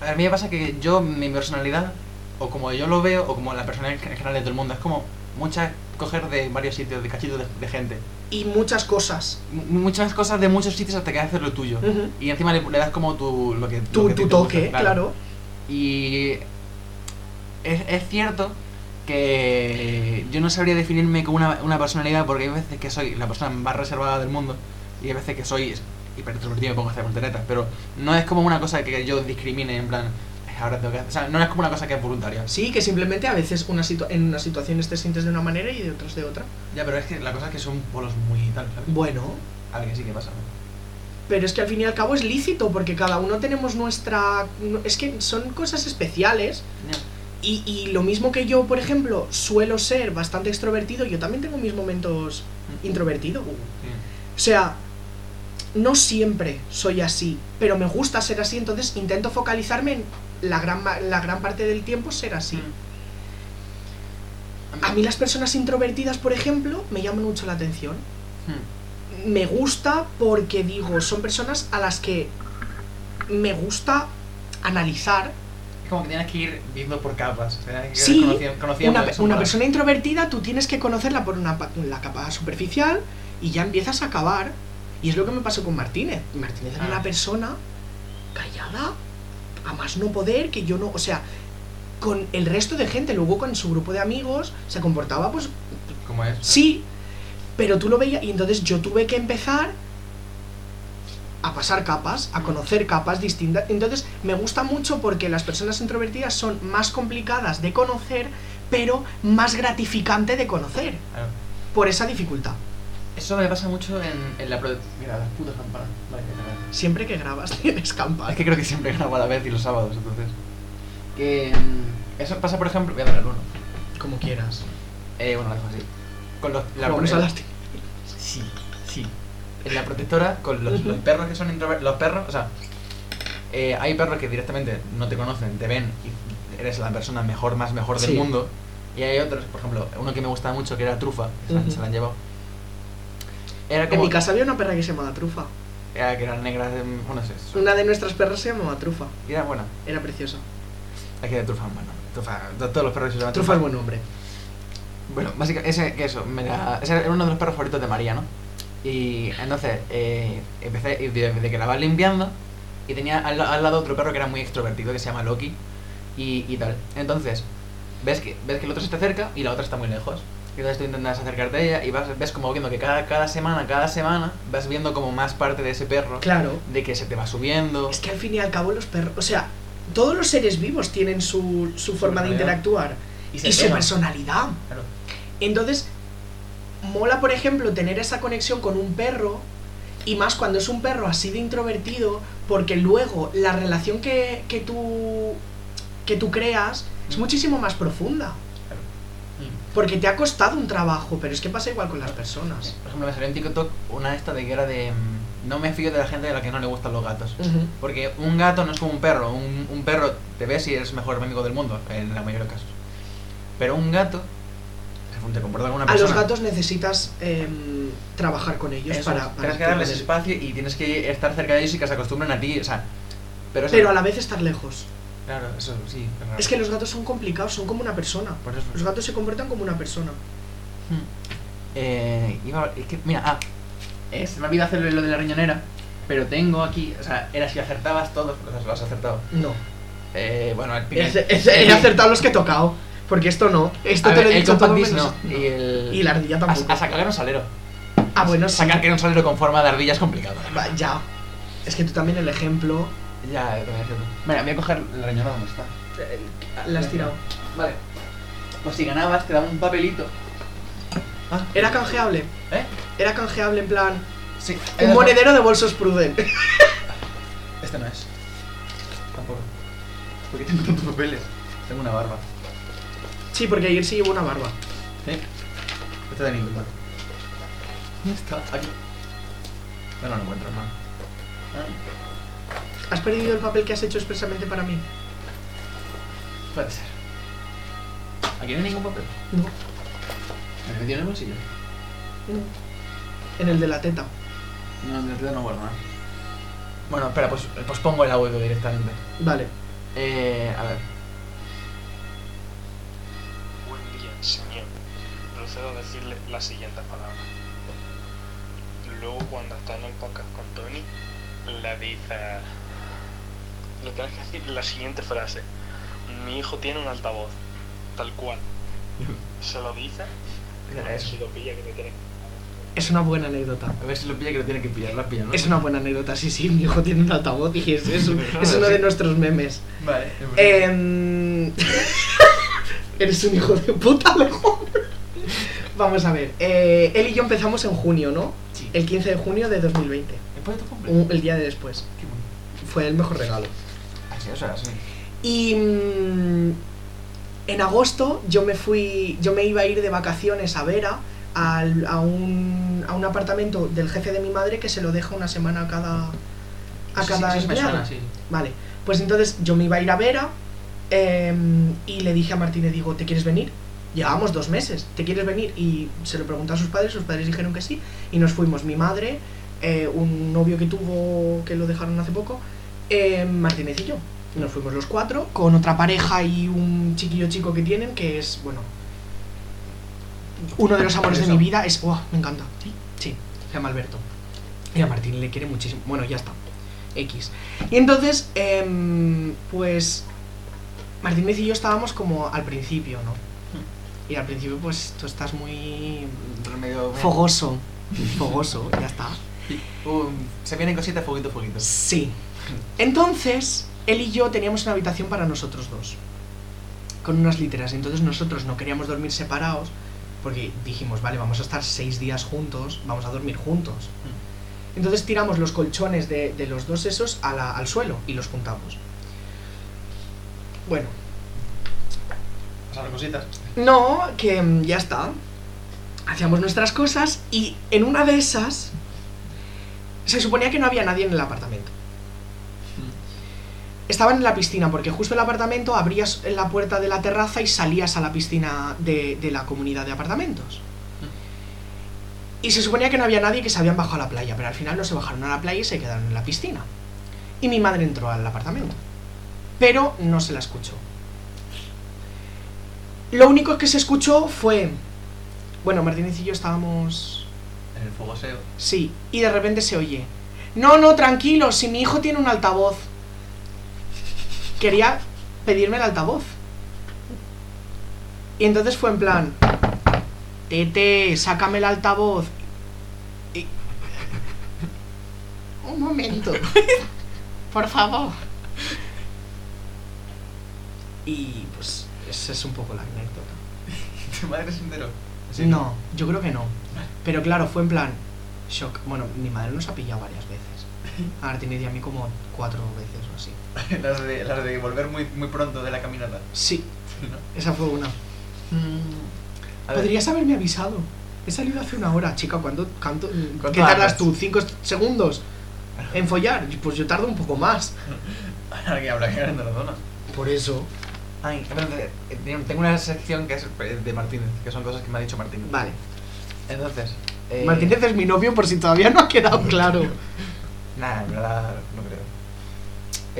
S1: a ver, a mí me pasa que yo, mi personalidad, o como yo lo veo, o como la personalidad en general de todo el mundo, es como muchas coger de varios sitios, de cachitos de, de gente.
S2: Y muchas cosas.
S1: M- muchas cosas de muchos sitios hasta que haces lo tuyo.
S2: Ujú.
S1: Y encima le, le das como tu, lo que, lo
S2: Tu,
S1: que a ti
S2: tu
S1: te gusta,
S2: toque, claro.
S1: Y es, es cierto que yo no sabría definirme como una, una personalidad porque hay veces que soy la persona más reservada del mundo y hay veces que soy hipertrovertido, me pongo hasta volteretas, pero no es como una cosa que yo discrimine en plan, "Ay, ahora tengo que hacer", o sea, no es como una cosa que es voluntaria.
S2: Sí, que simplemente a veces una situa- en unas situaciones te sientes de una manera y de otras de otra.
S1: Ya, pero es que la cosa es que son polos muy tal, ¿sabes?
S2: Bueno,
S1: A ver, que sí que pasa.
S2: pero es que al fin y al cabo es lícito porque cada uno tenemos nuestra... no- Es que son cosas especiales Y, y lo mismo que yo, por ejemplo, suelo ser bastante extrovertido, yo también tengo mis momentos introvertido.
S1: Uh.
S2: O sea, no siempre soy así, pero me gusta ser así, entonces
S1: Mm.
S2: intento focalizarme en la gran, ma- la gran parte del tiempo ser así. A mí las personas introvertidas, por ejemplo, me llaman mucho la atención. Mm. Me gusta porque digo, son personas a las que me gusta analizar.
S1: Es como que tienes que ir viendo por capas. o sea, tienes que ir
S2: Sí,
S1: conociendo- conociendo
S2: Una,
S1: eso,
S2: una
S1: para-
S2: persona introvertida tú tienes que conocerla por una, pa- la capa superficial y ya empiezas a acabar. Y es lo que me pasó con Martínez. Martínez era
S1: Ah.
S2: una persona callada, a más no poder, que yo no... O sea, con el resto de gente, luego con su grupo de amigos, se comportaba pues
S1: Como es.
S2: Sí, pero tú lo veías y entonces yo tuve que empezar a pasar capas,
S1: Mm.
S2: a conocer capas distintas. Entonces me gusta mucho porque las personas introvertidas son más complicadas de conocer, pero más gratificante de conocer
S1: Claro.
S2: por esa dificultad.
S1: Eso me pasa mucho en, en la pro... Mira, las putas campanas. Vale, que te vean.
S2: Siempre que grabas *laughs* tienes campa.
S1: Ah, Es que creo que siempre grabo a la vez y los sábados, entonces. Que. mm, Eso pasa, por ejemplo. Voy a dar el uno.
S2: Como quieras.
S1: Eh, bueno, lo dejo así. Con los. la-
S2: Vamos a
S1: el-
S2: las-
S1: *laughs* Sí, sí. En la protectora, con los, los perros que son introvertidos. Los perros, o sea, eh, hay perros que directamente no te conocen, te ven y eres la persona mejor, más mejor del
S2: Sí.
S1: mundo. Y hay otros, por ejemplo, uno que me gustaba mucho que era Trufa, que se la-
S2: Ujú.
S1: se la han llevado. Era
S2: En
S1: como.
S2: mi casa había una perra que se llamaba Trufa.
S1: Era que eran negras, em, bueno, no sé. su-
S2: Una de nuestras perras se llamaba Trufa.
S1: Y era buena.
S2: Era preciosa.
S1: Aquí de Trufa, bueno. Trufa, to- todos los perros que se llaman
S2: Trufa es buen nombre.
S1: Bueno, básicamente, ese, que eso, me la- ese era uno de los perros favoritos de María, ¿no? Y entonces eh, empecé, y de, de que la vas limpiando, y tenía al, la- al lado otro perro que era muy extrovertido, que se llama Loki, y, y tal. Entonces, ves que, ves que el otro se te acerca y la otra está muy lejos. Y entonces tú intentas acercarte a ella y vas, ves como viendo que cada, cada semana, cada semana, vas viendo como más parte de ese perro,
S2: Claro.
S1: de que se te va subiendo.
S2: Es que al fin y al cabo los perros, o sea, todos los seres vivos tienen su, su forma de
S1: personalidad.
S2: interactuar y su
S1: pega.
S2: personalidad.
S1: Claro.
S2: Entonces, mola, por ejemplo, tener esa conexión con un perro y más cuando es un perro así de introvertido, porque luego la relación que, que tú, que tú creas es muchísimo más profunda.
S1: Mm.
S2: Porque te ha costado un trabajo, pero es que pasa igual con las personas.
S1: Por ejemplo, me salió en TikTok una esta de que era de... mm, No me fío de la gente a la que no le gustan los gatos.
S2: Mm.
S1: Porque un gato no es como un perro. Un, un perro te ves y eres el mejor amigo del mundo, en la mayoría de los casos. Pero un gato se- te comporta como una
S2: A
S1: persona.
S2: los gatos necesitas em, trabajar con ellos
S1: Eso,
S2: para... para
S1: Tienes que darles
S2: poder-
S1: espacio y tienes que estar cerca de ellos y que se acostumbren a ti. O sea, pero, eso-
S2: pero a la vez estar lejos.
S1: Claro, eso sí. pero claro.
S2: Es que los gatos son complicados, son como una persona.
S1: Por eso.
S2: Los gatos se comportan como una persona.
S1: Hmm. Eh, iba- es que, mira, ah, eh, se me ha olvidado hacer lo de la riñonera. Pero tengo aquí, o sea, era si acertabas todos, pero lo has acertado.
S2: No.
S1: Eh, bueno, el
S2: He,
S1: pique.
S2: he- he acertado los que he tocado. Porque esto no. Esto
S1: A
S2: te
S1: ver,
S2: lo he
S1: el
S2: dicho
S1: compact
S2: todo
S1: disc
S2: menos-
S1: no. Y, el...
S2: Y la ardilla
S1: a,
S2: tampoco.
S1: a sacar un salero.
S2: ah, bueno, sí.
S1: Sacar que era un salero con forma de ardilla es complicado.
S2: Va, Ya. Es que tú también el ejemplo.
S1: Ya, eh, te voy a decirlo. Mira, voy a coger la riñonera donde está.
S2: eh, La has tirado.
S1: Vale. Pues si ganabas, te daban un papelito. Ah,
S2: Era canjeable.
S1: ¿Eh?
S2: Era canjeable en plan.
S1: Sí.
S2: Un monedero de bolsos prudent.
S1: Este no es. Tampoco. Porque tengo tantos papeles. Tengo una barba.
S2: *laughs* Sí, porque ayer sí llevó una barba.
S1: ¿Sí? Este de ningún lado. ¿Dónde está? Aquí. No, no lo encuentro, hermano. Ah.
S2: ¿Has perdido el papel que has hecho expresamente para mí?
S1: Puede ser. Aquí no hay ningún papel.
S2: No.
S1: Me he metido en el bolsillo.
S2: No. En el de la teta.
S1: No, de no guardo nada. Bueno, espera, pues, pues pongo el audio directamente.
S2: Vale.
S1: Eh, a ver.
S4: Buen día, señor. Procedo a decirle las siguientes palabras. Luego, cuando están en podcast con Tony, le dice. Le tienes que decir la siguiente frase: Mi hijo tiene un altavoz. Tal
S1: *laughs*
S4: cual. Se lo dice.
S1: Mira, eso.
S4: Si lo pilla, que te tiene.
S2: Es una buena anécdota.
S1: A ver si lo pilla que lo tiene que pillar, la pilla, ¿no?
S2: Es una buena anécdota, sí, sí, mi hijo tiene un altavoz y es, es, un-
S1: Claro,
S2: es uno
S1: sí.
S2: de nuestros memes.
S1: Vale.
S2: Em, *laughs* Eres un hijo de puta, Alejo. Vamos a ver, eh, él y yo empezamos en junio, ¿no?
S1: Sí.
S2: El 15 de junio de 2020,
S1: Después de tu cumple.
S2: un- el día de después.
S1: Qué bueno.
S2: Fue el mejor regalo.
S1: Así, o sea, así.
S2: Y mm, en agosto yo me fui, yo me iba a ir de vacaciones a Vera, al- a, un, a un apartamento del jefe de mi madre que se lo deja una semana a cada,
S1: Eso
S2: a
S1: sí-
S2: cada
S1: eso sí me
S2: empleado.
S1: suena, sí.
S2: Vale, pues entonces yo me iba a ir a Vera em, y le dije a Martínez, digo, ¿te quieres venir? Llevábamos dos meses, ¿te quieres venir? Y se lo preguntó a sus padres, sus padres dijeron que sí, y nos fuimos. Mi madre, eh, un novio que tuvo, que lo dejaron hace poco, eh, Martínez y yo. Y Nos fuimos los cuatro, con otra pareja y un chiquillo chico que tienen, que es, bueno, uno de los amores de mi vida es, ¡buah! Me encanta. Sí, sí, se llama Alberto. Y a Martín le quiere muchísimo. Bueno, ya está. X. Y entonces, em, pues, Martínez y yo estábamos como al principio, ¿no? Y al principio, pues, tú estás muy
S1: Remedio.
S2: fogoso. Fogoso, ya está.
S1: Um, se vienen cositas poquito poquito.
S2: Sí. Entonces, él y yo teníamos una habitación para nosotros dos. Con unas literas. Entonces nosotros no queríamos dormir separados. Porque dijimos, vale, vamos a estar seis días juntos, vamos a dormir juntos. Entonces tiramos los colchones de, de los dos esos a la- al suelo y los juntamos. Bueno,
S5: Pasaron cositas.
S2: *laughs* no, que mm, ya está. Hacíamos nuestras cosas y en una de esas se suponía que no había nadie en el apartamento. Estaban en la piscina porque justo el apartamento abrías la puerta de la terraza y salías a la piscina de, de la comunidad de apartamentos. Y se suponía que no había nadie que se habían bajado a la playa, pero al final no se bajaron a la playa y se quedaron en la piscina. Y mi madre entró al apartamento. Pero no se la escuchó. Lo único que se escuchó fue. Bueno, Martínez y yo estábamos.
S5: En el
S1: *laughs*
S5: fogoseo.
S2: Sí, y de repente se oye. No, no, tranquilo, si mi hijo tiene un altavoz. Quería pedirme el altavoz. Y entonces fue en plan. Tete, sácame el altavoz. Y- *laughs* Un momento. *laughs* Por favor. Y pues, esa es un poco la anécdota.
S5: Tu madre se enteró. Sí.
S2: *laughs* No, yo creo que no. Pero claro, fue en plan shock. Bueno, mi madre nos ha pillado varias veces. A Martínez y a mí como cuatro veces o así.
S5: las, de, las de volver muy, muy pronto de la caminata.
S2: Sí,
S5: ¿no?
S2: esa fue una.
S1: Mm.
S5: A
S1: *laughs*
S5: ver,
S2: Podrías haberme avisado. He salido hace una hora, chica. ¿Cuánto, canto,
S5: ¿Cuánto
S2: qué tardas
S5: hablas?
S2: tú? ¿Cinco segundos en follar? Pues yo tardo un poco más.
S5: Alguien habrá que ganar en la zona.
S2: Por eso.
S1: Ay, espérate, eh, tengo una sección que es eh, de Martínez, que son cosas que me ha dicho Martínez.
S2: Vale.
S1: Entonces, eh,
S2: Martínez es mi novio por si todavía no ha quedado claro.
S1: Nada, en verdad, no creo.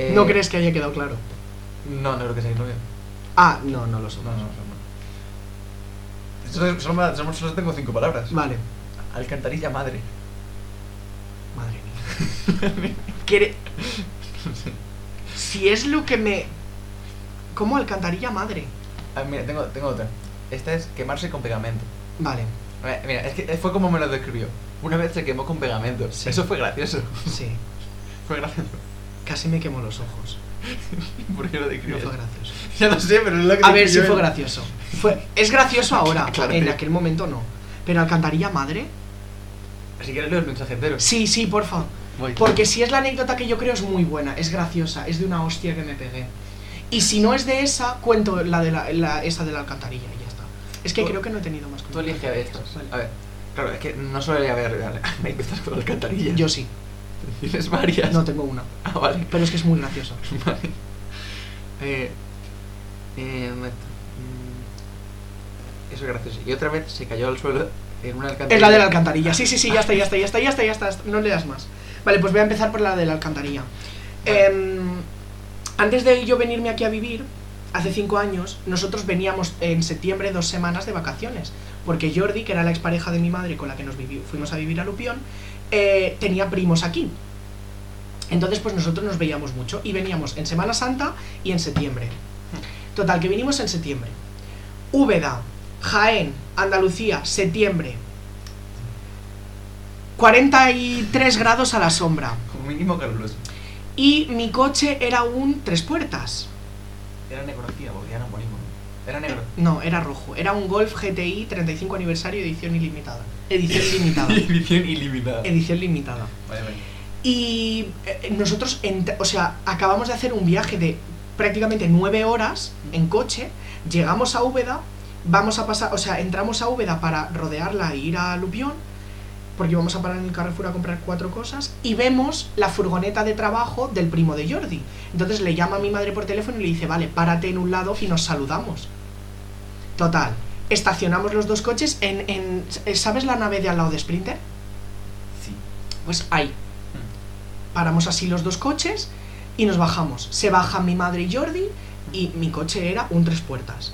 S1: Eh,
S2: ¿No crees que haya quedado claro?
S1: No, no creo que sea novio.
S2: Ah, no, no lo sé.
S1: No, no, no. Solo, solo me- solo- solo tengo cinco palabras.
S2: Vale.
S1: Alcantarilla madre.
S2: Madre mía. *laughs* Quiere- Si es lo que me. ¿Cómo alcantarilla madre?
S1: Ah, mira, tengo, tengo otra. Esta es quemarse con pegamento.
S2: *laughs* Vale,
S1: Eh, Mira, es que fue como me lo describió. Una vez se quemó con pegamento.
S2: Sí.
S1: Eso fue gracioso. *laughs*
S2: sí.
S1: Fue gracioso.
S2: Casi me quemó los ojos.
S1: ¿Por qué lo
S2: No
S1: describió?
S2: fue gracioso.
S5: Ya lo sé, pero es lo que
S2: A ver si
S5: describió
S2: fue
S5: él.
S2: gracioso. Fue...
S1: *laughs*
S2: Es gracioso ahora.
S1: Claro,
S2: en
S1: tío.
S2: aquel momento no. Pero alcantarilla madre.
S1: Si quieres leo el mensaje entero.
S2: Sí, sí, porfa.
S1: Voy.
S2: Porque si es la anécdota que yo creo es muy buena, es graciosa, es de una hostia que me pegué. Y si no es de esa, cuento la de la, la- esa de la alcantarilla y ya está. Es que
S1: Tú-
S2: creo que no he tenido más
S1: Tú elige de estos.
S2: Vale.
S1: A ver. Claro, es que no suele haber *laughs* anécdotas con alcantarillas.
S2: Yo sí,
S1: *laughs* Tienes varias.
S2: no tengo una.
S1: Ah, vale. *laughs*
S2: Pero es que es muy graciosa.
S1: Vale. Eh, eh, ¿dónde está? Mm, Eso es gracioso. Y otra vez se cayó al suelo en una alcantarilla. *laughs*
S2: Es la de la alcantarilla. Sí, sí, sí, ya está, ya está, ya está, ya está, ya está. No le das más. Vale, pues voy a empezar por la de la alcantarilla.
S1: Vale.
S2: Em, antes de yo venirme aquí a vivir, hace cinco años, nosotros veníamos en septiembre dos semanas de vacaciones. Porque Jordi, que era la expareja de mi madre con la que nos vivi- fuimos a vivir a Lupión, eh, tenía primos aquí. Entonces, pues nosotros nos veíamos mucho y veníamos en Semana Santa y en septiembre. Total, que vinimos en septiembre. Úbeda, Jaén, Andalucía, septiembre. 43 grados a la sombra.
S5: Como mínimo caluroso.
S2: Y mi coche era un tres puertas.
S1: Era negro, tío, porque ya no morimos. Era negro.
S2: No, era rojo. Era un Golf GTI 35 aniversario edición ilimitada. Edición
S1: *laughs*
S2: limitada.
S1: Edición ilimitada.
S2: Edición limitada.
S5: Vale, vale.
S2: Y eh, nosotros, ent- o sea, acabamos de hacer un viaje de prácticamente nueve horas en coche, llegamos a Úbeda, vamos a pasar, o sea, entramos a Úbeda para rodearla e ir a Lupión, porque vamos a parar en el Carrefour a comprar cuatro cosas, y vemos la furgoneta de trabajo del primo de Jordi. Entonces le llama a mi madre por teléfono y le dice, vale, párate en un lado y nos saludamos. Total, Estacionamos los dos coches en, en- ¿Sabes la nave de al lado de Sprinter?
S1: Sí.
S2: Pues ahí. Paramos así los dos coches y nos bajamos. Se bajan mi madre y Jordi y mi coche era un tres puertas.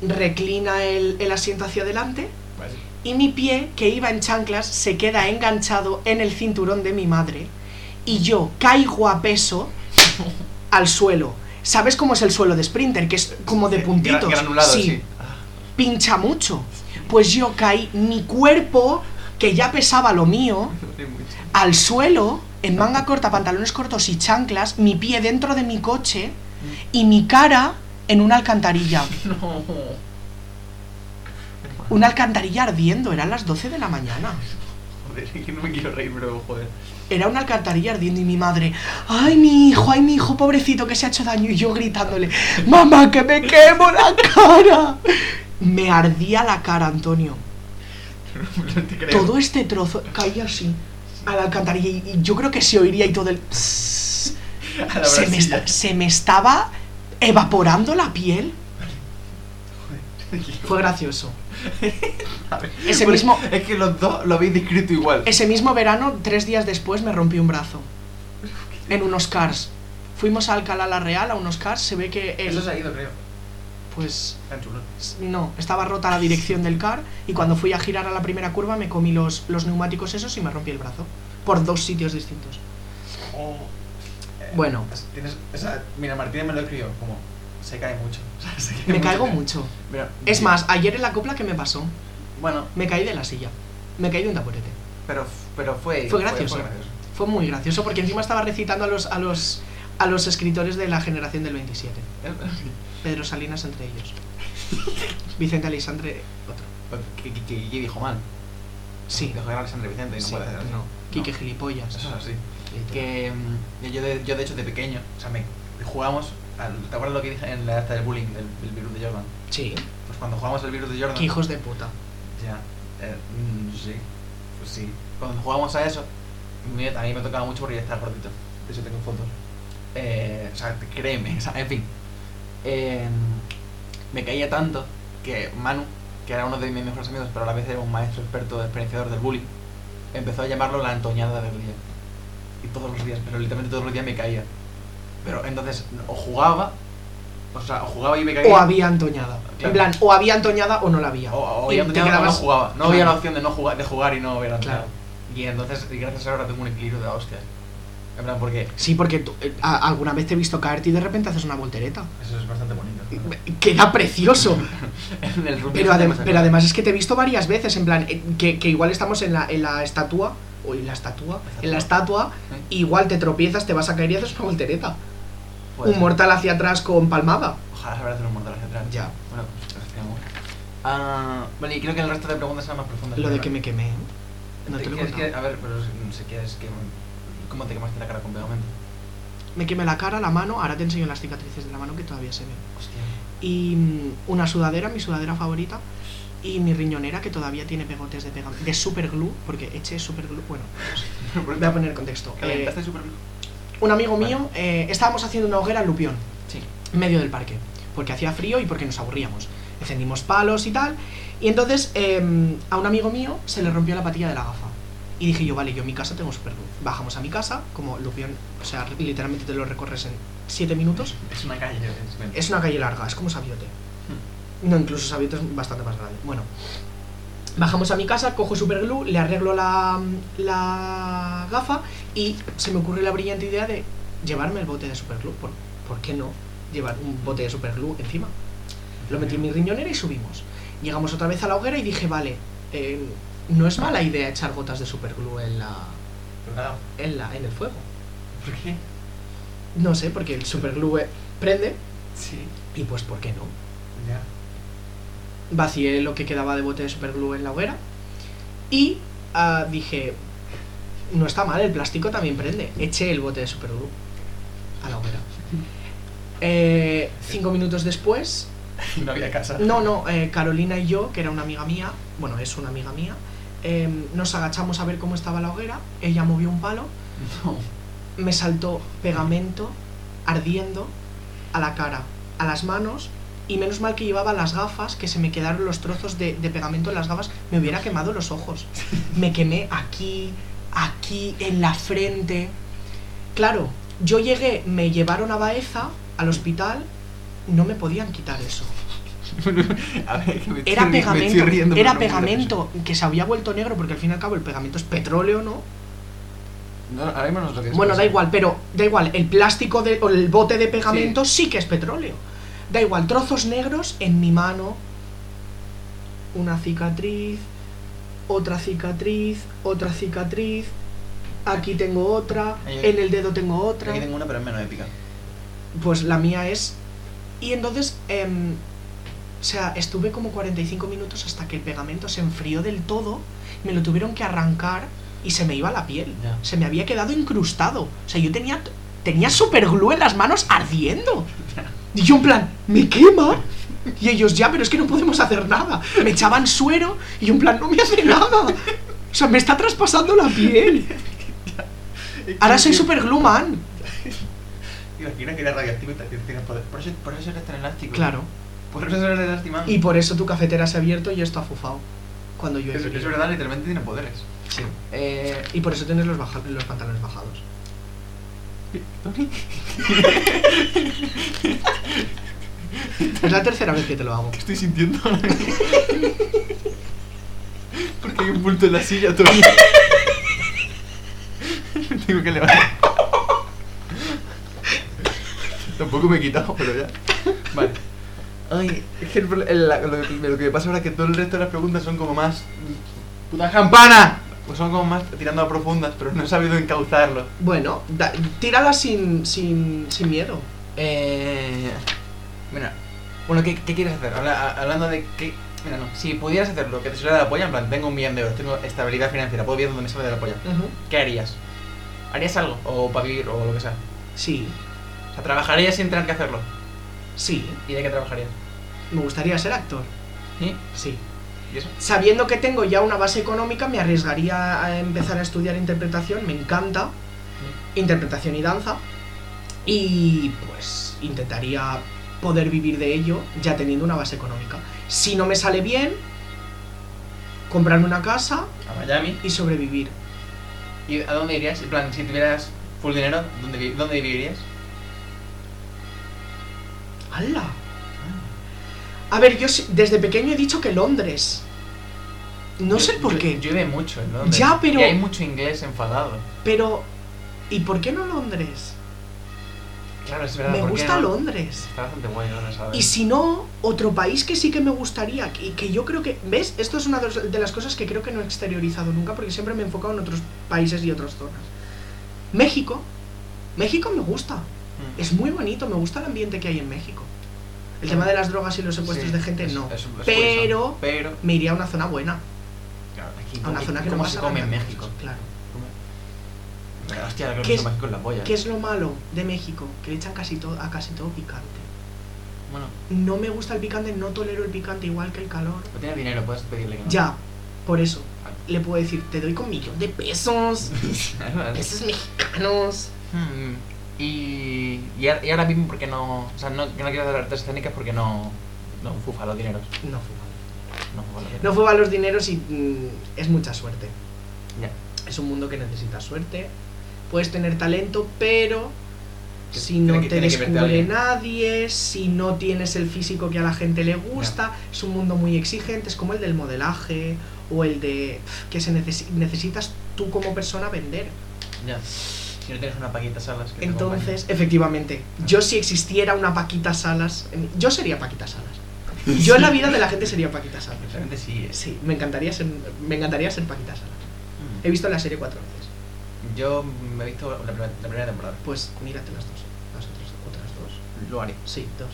S2: Reclina el, el asiento hacia adelante
S5: Vale.
S2: y mi pie, que iba en chanclas, se queda enganchado en el cinturón de mi madre y yo caigo a
S5: *laughs*
S2: peso al suelo. ¿Sabes cómo es el suelo de Sprinter? Que es como de puntitos.
S5: Gra- granulado, sí.
S2: pincha mucho. Pues yo caí, mi cuerpo, que ya pesaba lo mío,
S5: Duele mucho.
S2: al suelo, en manga corta, pantalones cortos y chanclas, mi pie dentro de mi coche y mi cara en una alcantarilla.
S1: No.
S2: Una alcantarilla ardiendo, eran las 12 de la mañana.
S5: Joder, que no me quiero reír, pero
S1: *laughs*
S5: joder.
S2: Era una alcantarilla ardiendo y mi madre, ay mi hijo, ay mi hijo, pobrecito que se ha hecho daño y yo gritándole, mamá que me quemo la cara. Me ardía la cara, Antonio.
S5: No te creo.
S2: todo este trozo caía así a la alcantarilla y, y yo creo que se oiría y todo el *laughs* se
S5: A la
S2: me,
S5: brasilla.
S1: *laughs*
S2: esta- se me estaba evaporando la piel fue *laughs* gracioso
S5: A ver,
S2: Ese
S5: porque
S2: mismo-
S5: Es que los dos lo habéis descrito igual.
S2: ese mismo verano tres días después me rompí un brazo en unos cars fuimos a Alcalá la Real a unos cars se ve que el-
S1: Eso se ha ido, creo.
S2: pues
S1: Tan chulo.
S2: no estaba rota la dirección del car y cuando fui a girar a la primera curva me comí los, los neumáticos esos y me rompí el brazo por dos sitios distintos
S1: Eh,
S2: Oh. Bueno.
S1: Tienes, esa- mira, Martínez me lo escribió como se cae mucho. *laughs* O sea, se cae
S2: me
S5: ¿eh?
S2: caigo mucho
S5: Mira,
S2: es más ayer en la copla que me pasó
S5: Bueno,
S2: Me caí de la silla. Me caí de un taburete.
S5: pero, pero fue.
S2: Eh, Fue gracioso. Fue muy gracioso porque encima estaba recitando a los, a los, a los escritores de la generación del 27. Pedro Salinas
S1: *laughs*
S2: entre ellos. Vicente Alexandre, otro.
S5: Que, que- que- que dijo mal.
S2: Sí.
S5: Dijo que era Alexandre Vicente y no
S2: sí,
S5: puede ser así.
S2: no. Quique
S5: No.
S2: Gilipollas.
S1: Ah,
S5: Eso es así.
S2: Y todo.
S1: Que mm, yo de, yo de hecho de pequeño, o sea, me jugamos, al- ¿te acuerdas lo que dije en la hasta del bullying, del, del virus de Jordan?
S2: Sí.
S1: Pues cuando jugamos al virus de Jordan...
S2: Qué hijos de puta.
S1: Ya. eh, mm, sí. Pues sí. Cuando jugamos a eso, me- a mí me tocaba mucho porque ya estaba gordito. De hecho tengo fotos. Eh, o sea, créeme, o sea, en fin. Eh, me caía tanto que Manu, que era uno de mis mejores amigos, pero a la vez era un maestro experto experienciador del bullying, empezó a llamarlo la antoñada del día. Y todos los días, pero literalmente todos los días me caía. Pero entonces, o jugaba, o sea, o jugaba y me caía.
S2: O había antoñada. En
S1: Claro.
S2: plan, o había antoñada o no la había.
S1: O, o
S2: Y
S1: ya no
S2: te
S1: tenía nada,
S2: quedabas-
S1: no jugaba. No había
S2: Claro.
S1: la opción de no jugar, de jugar y no ver a
S2: Claro.
S1: Y entonces, y gracias a ahora tengo un equilibrio de la hostia. En plan, porque *laughs*
S2: Sí, porque tú, eh, a- alguna vez te he visto caerte y de repente haces una voltereta.
S1: *laughs* eso es bastante bonito.
S2: Queda precioso.
S1: En el rugby
S2: Pero,
S1: es
S2: adem-
S1: demasiado.
S2: pero además es que te he visto varias veces, en plan, eh, que, que igual estamos en la, en la estatua, o en la estatua, en la estatua,
S1: Sí.
S2: igual te tropiezas, te vas a caer y haces una voltereta.
S1: Puede
S2: Un
S1: ser.
S2: mortal hacia atrás con palmada.
S1: Ojalá sabrás hacer un mortal hacia atrás.
S2: Ya.
S1: Bueno, gracias, amor. Ah, vale, y creo que el resto de preguntas eran más profundas.
S2: Lo de
S1: pero-
S2: que me quemé. ¿eh? No te lo he
S1: Es que-
S2: contado.
S1: a ver, pero es- no sé qué es que. ¿Cómo te quemaste la cara completamente?
S2: Me quemé la cara, la mano, ahora te enseño las cicatrices de la mano que todavía se ven.
S1: Hostia.
S2: Y mm, una sudadera, mi sudadera favorita. Y mi riñonera que todavía tiene pegotes de pega de superglue, porque eché superglue.
S1: *laughs*
S2: Bueno, voy a poner en contexto. Eh,
S1: ¿Calentaste súper bien?
S2: un amigo mío, eh, estábamos haciendo una hoguera en Lupión.
S1: Sí.
S2: en medio del parque, porque hacía frío y porque nos aburríamos. Encendimos palos y tal, y entonces em, a un amigo mío se le rompió la patilla de la gafa. Y dije yo, vale, yo en mi casa tengo superglue. Bajamos a mi casa, como Lupión, o sea, literalmente te lo recorres en 7 minutos.
S1: Es una calle. es-
S2: Es una calle larga, es como Sabiote. No, incluso Sabiote es bastante más grande. Bueno, bajamos a mi casa, cojo superglue, le arreglo la, la gafa y se me ocurre la brillante idea de llevarme el bote de superglue. ¿Por, ¿Por qué no llevar un bote de superglue encima? Lo metí en mi riñonera y subimos. Llegamos otra vez a la hoguera y dije, vale, eh, no es mala idea echar gotas de superglue en la,
S1: Pero nada,
S2: en la, en el fuego.
S1: ¿Por qué?
S2: No sé, porque el superglue eh, prende
S1: Sí.
S2: y pues ¿por qué no?
S1: Ya.
S2: vacié lo que quedaba de bote de superglue en la hoguera y ah, dije, no está mal, el plástico también prende. Eché el bote de superglue a la hoguera. Eh, cinco minutos después,
S1: *laughs* No había casa.
S2: no, no, eh, Carolina y yo, que era una amiga mía, bueno, es una amiga mía, eh, nos agachamos a ver cómo estaba la hoguera, ella movió un palo,
S1: No.
S2: me saltó pegamento ardiendo a la cara, a las manos Y menos mal que llevaba las gafas, que se me quedaron los trozos de, de pegamento en las gafas, me hubiera quemado los ojos. Me quemé aquí, aquí, en la frente. Claro, yo llegué, me llevaron a Baeza, al hospital, no me podían quitar eso.
S5: A ver, que me estoy
S2: Era
S5: ri- me estoy
S2: pegamento, era
S5: riendo, pero no me gusta
S2: pegamento que se había vuelto negro, porque al fin y al cabo el pegamento es petróleo, ¿no?
S5: mucho. No, ahora mismo no es lo que es,
S2: Bueno,
S5: pero
S2: da
S5: sí.
S2: igual, pero da igual, el plástico de, o el bote de pegamento sí. que es petróleo. Da igual, trozos negros en mi mano, una cicatriz, otra cicatriz, otra cicatriz, aquí tengo otra,
S1: Ahí hay-
S2: en el dedo tengo otra.
S1: Aquí tengo una, pero es menos épica.
S2: Pues la mía es... Y entonces, em, o sea, estuve como 45 minutos hasta que el pegamento se enfrió del todo, me lo tuvieron que arrancar y se me iba la piel.
S1: Ya.
S2: Se me había quedado incrustado. O sea, yo tenía, tenía superglue en las manos ardiendo. Y yo en plan, ¿me quema? Y ellos, ya, pero es que no podemos hacer nada. Me echaban suero y yo en plan, no me hace nada. O sea, me está traspasando la piel. Ahora soy superglue man.
S1: Imagina que era radioactivo y te te tiras por Por eso, por eso eres tan elástico.
S2: Claro.
S1: Por eso eres elástico.
S2: Y por eso tu cafetera se ha abierto y esto ha fufado. Cuando yo he
S1: Es, es verdad, literalmente tiene poderes.
S5: Eh,
S2: Y por eso tienes los, baja- los pantalones bajados. es la tercera vez que te lo hago.
S5: ¿Qué estoy sintiendo ahora mismo? Porque hay un bulto en la silla Tony. Me *laughs* tengo que levantar. Tampoco me he quitado, pero ya. Vale. Ay, es que el pro- el- la- lo, que- lo que me pasa ahora es que todo el resto de las preguntas son como más. ¡Puta campana! Pues son como más tirando a profundas, pero no he sabido encauzarlo.
S2: Bueno, da- tírala sin, sin, sin miedo.
S1: Eh, mira, bueno, ¿qué, qué quieres hacer? Habla- a- hablando de que. Mira, no, si pudieras hacer lo que te suele dar la polla, en plan, tengo un millón de euros, tengo estabilidad financiera, puedo vivir donde me sale de la polla. ¿Qué harías? ¿Harías algo? O para vivir, o lo que sea.
S2: Sí,
S1: O sea, trabajarías sin tener que hacerlo.
S2: sí.
S1: ¿Y de qué trabajarías?
S2: Me gustaría ser actor.
S1: ¿Sí?
S2: Sí.
S1: ¿Y eso?
S2: Sabiendo que tengo ya una base económica, me arriesgaría a empezar a estudiar interpretación. Me encanta.
S1: Mm.
S2: Interpretación y danza. Y pues intentaría poder vivir de ello ya teniendo una base económica. Si no me sale bien, comprarme una casa
S1: ¿A Miami?
S2: y sobrevivir.
S1: ¿Y a dónde irías? En plan, si tuvieras full dinero, ¿dónde, vi- dónde vivirías?
S2: ¡Hala! A ver, yo sí- desde pequeño he dicho que Londres. No
S1: Yo-
S2: sé por
S1: yo-
S2: qué,
S1: Llueve mucho en Londres.
S2: Ya, pero-
S1: Y hay mucho inglés enfadado.
S2: pero ¿y por qué no Londres?
S1: Claro, es verdad.
S2: Me
S1: ¿por qué
S2: gusta
S1: no?
S2: Londres.
S1: Está bastante guay Londres, ¿sabes?
S2: Y si no, otro país que sí que me gustaría y que yo creo que, ¿ves? Esto es una de los- de las cosas que creo que no he exteriorizado nunca porque siempre me he enfocado en otros países y otras zonas. México. México me gusta.
S1: Mm.
S2: Es muy bonito, me gusta el ambiente que hay en México. El tema de las drogas y los secuestros
S1: Sí,
S2: de gente
S1: es-
S2: no.
S1: es- es curioso.
S2: pero
S1: Pero.
S2: me iría a una zona buena,
S1: Claro, aquí,
S2: a una zona que no
S1: ¿Cómo se
S2: pasaran
S1: come en
S2: tantas
S1: México?
S2: cosas, pues, Claro.
S1: Pero, Hostia, creo
S2: ¿Qué
S1: que
S2: es-
S1: en México es la polla.
S2: ¿Qué es lo malo de México? Que le echan casi todo, a casi todo picante.
S1: Bueno,
S2: No me gusta el picante, no tolero el picante igual que el calor.
S1: no tienes dinero, puedes pedirle que no. *laughs*
S2: Ya, *laughs* por eso. Le puedo decir, te doy con millón de pesos. Pesos mexicanos.
S1: Hmm, y, y, a- y ahora mismo porque no... O sea, no, que no quiero hacer artes escénicas porque no... No fufa los dineros.
S2: No fue
S1: No fufa los
S2: No
S1: dineros.
S2: fue los dineros y mm, es mucha suerte.
S1: Ya.
S2: Es un mundo que necesita suerte. Puedes tener talento, pero
S1: Que
S2: si
S1: tiene
S2: no
S1: que-
S2: te
S1: tiene que verte
S2: descubre
S1: alguien.
S2: nadie, si no tienes el físico que a la gente le gusta, es un mundo muy exigente, es como el del modelaje o el de pf, que se necesi- necesitas tú como persona vender.
S1: Ya. Si no tienes una paquita salas que te
S2: Entonces, efectivamente, yo si existiera una Paquita Salas, em, yo sería Paquita Salas. Yo en la vida de la gente sería Paquita Salas.
S1: acompañe. Realmente sí es.
S2: Sí, me encantaría ser, me encantaría ser Paquita Salas. He visto la serie cuatro veces.
S1: Hmm. Eh, Yo me he visto la, primera- la primera temporada.
S2: Pues mírate las dos. Las otras, otras dos.
S1: Lo haré.
S2: Sí, dos.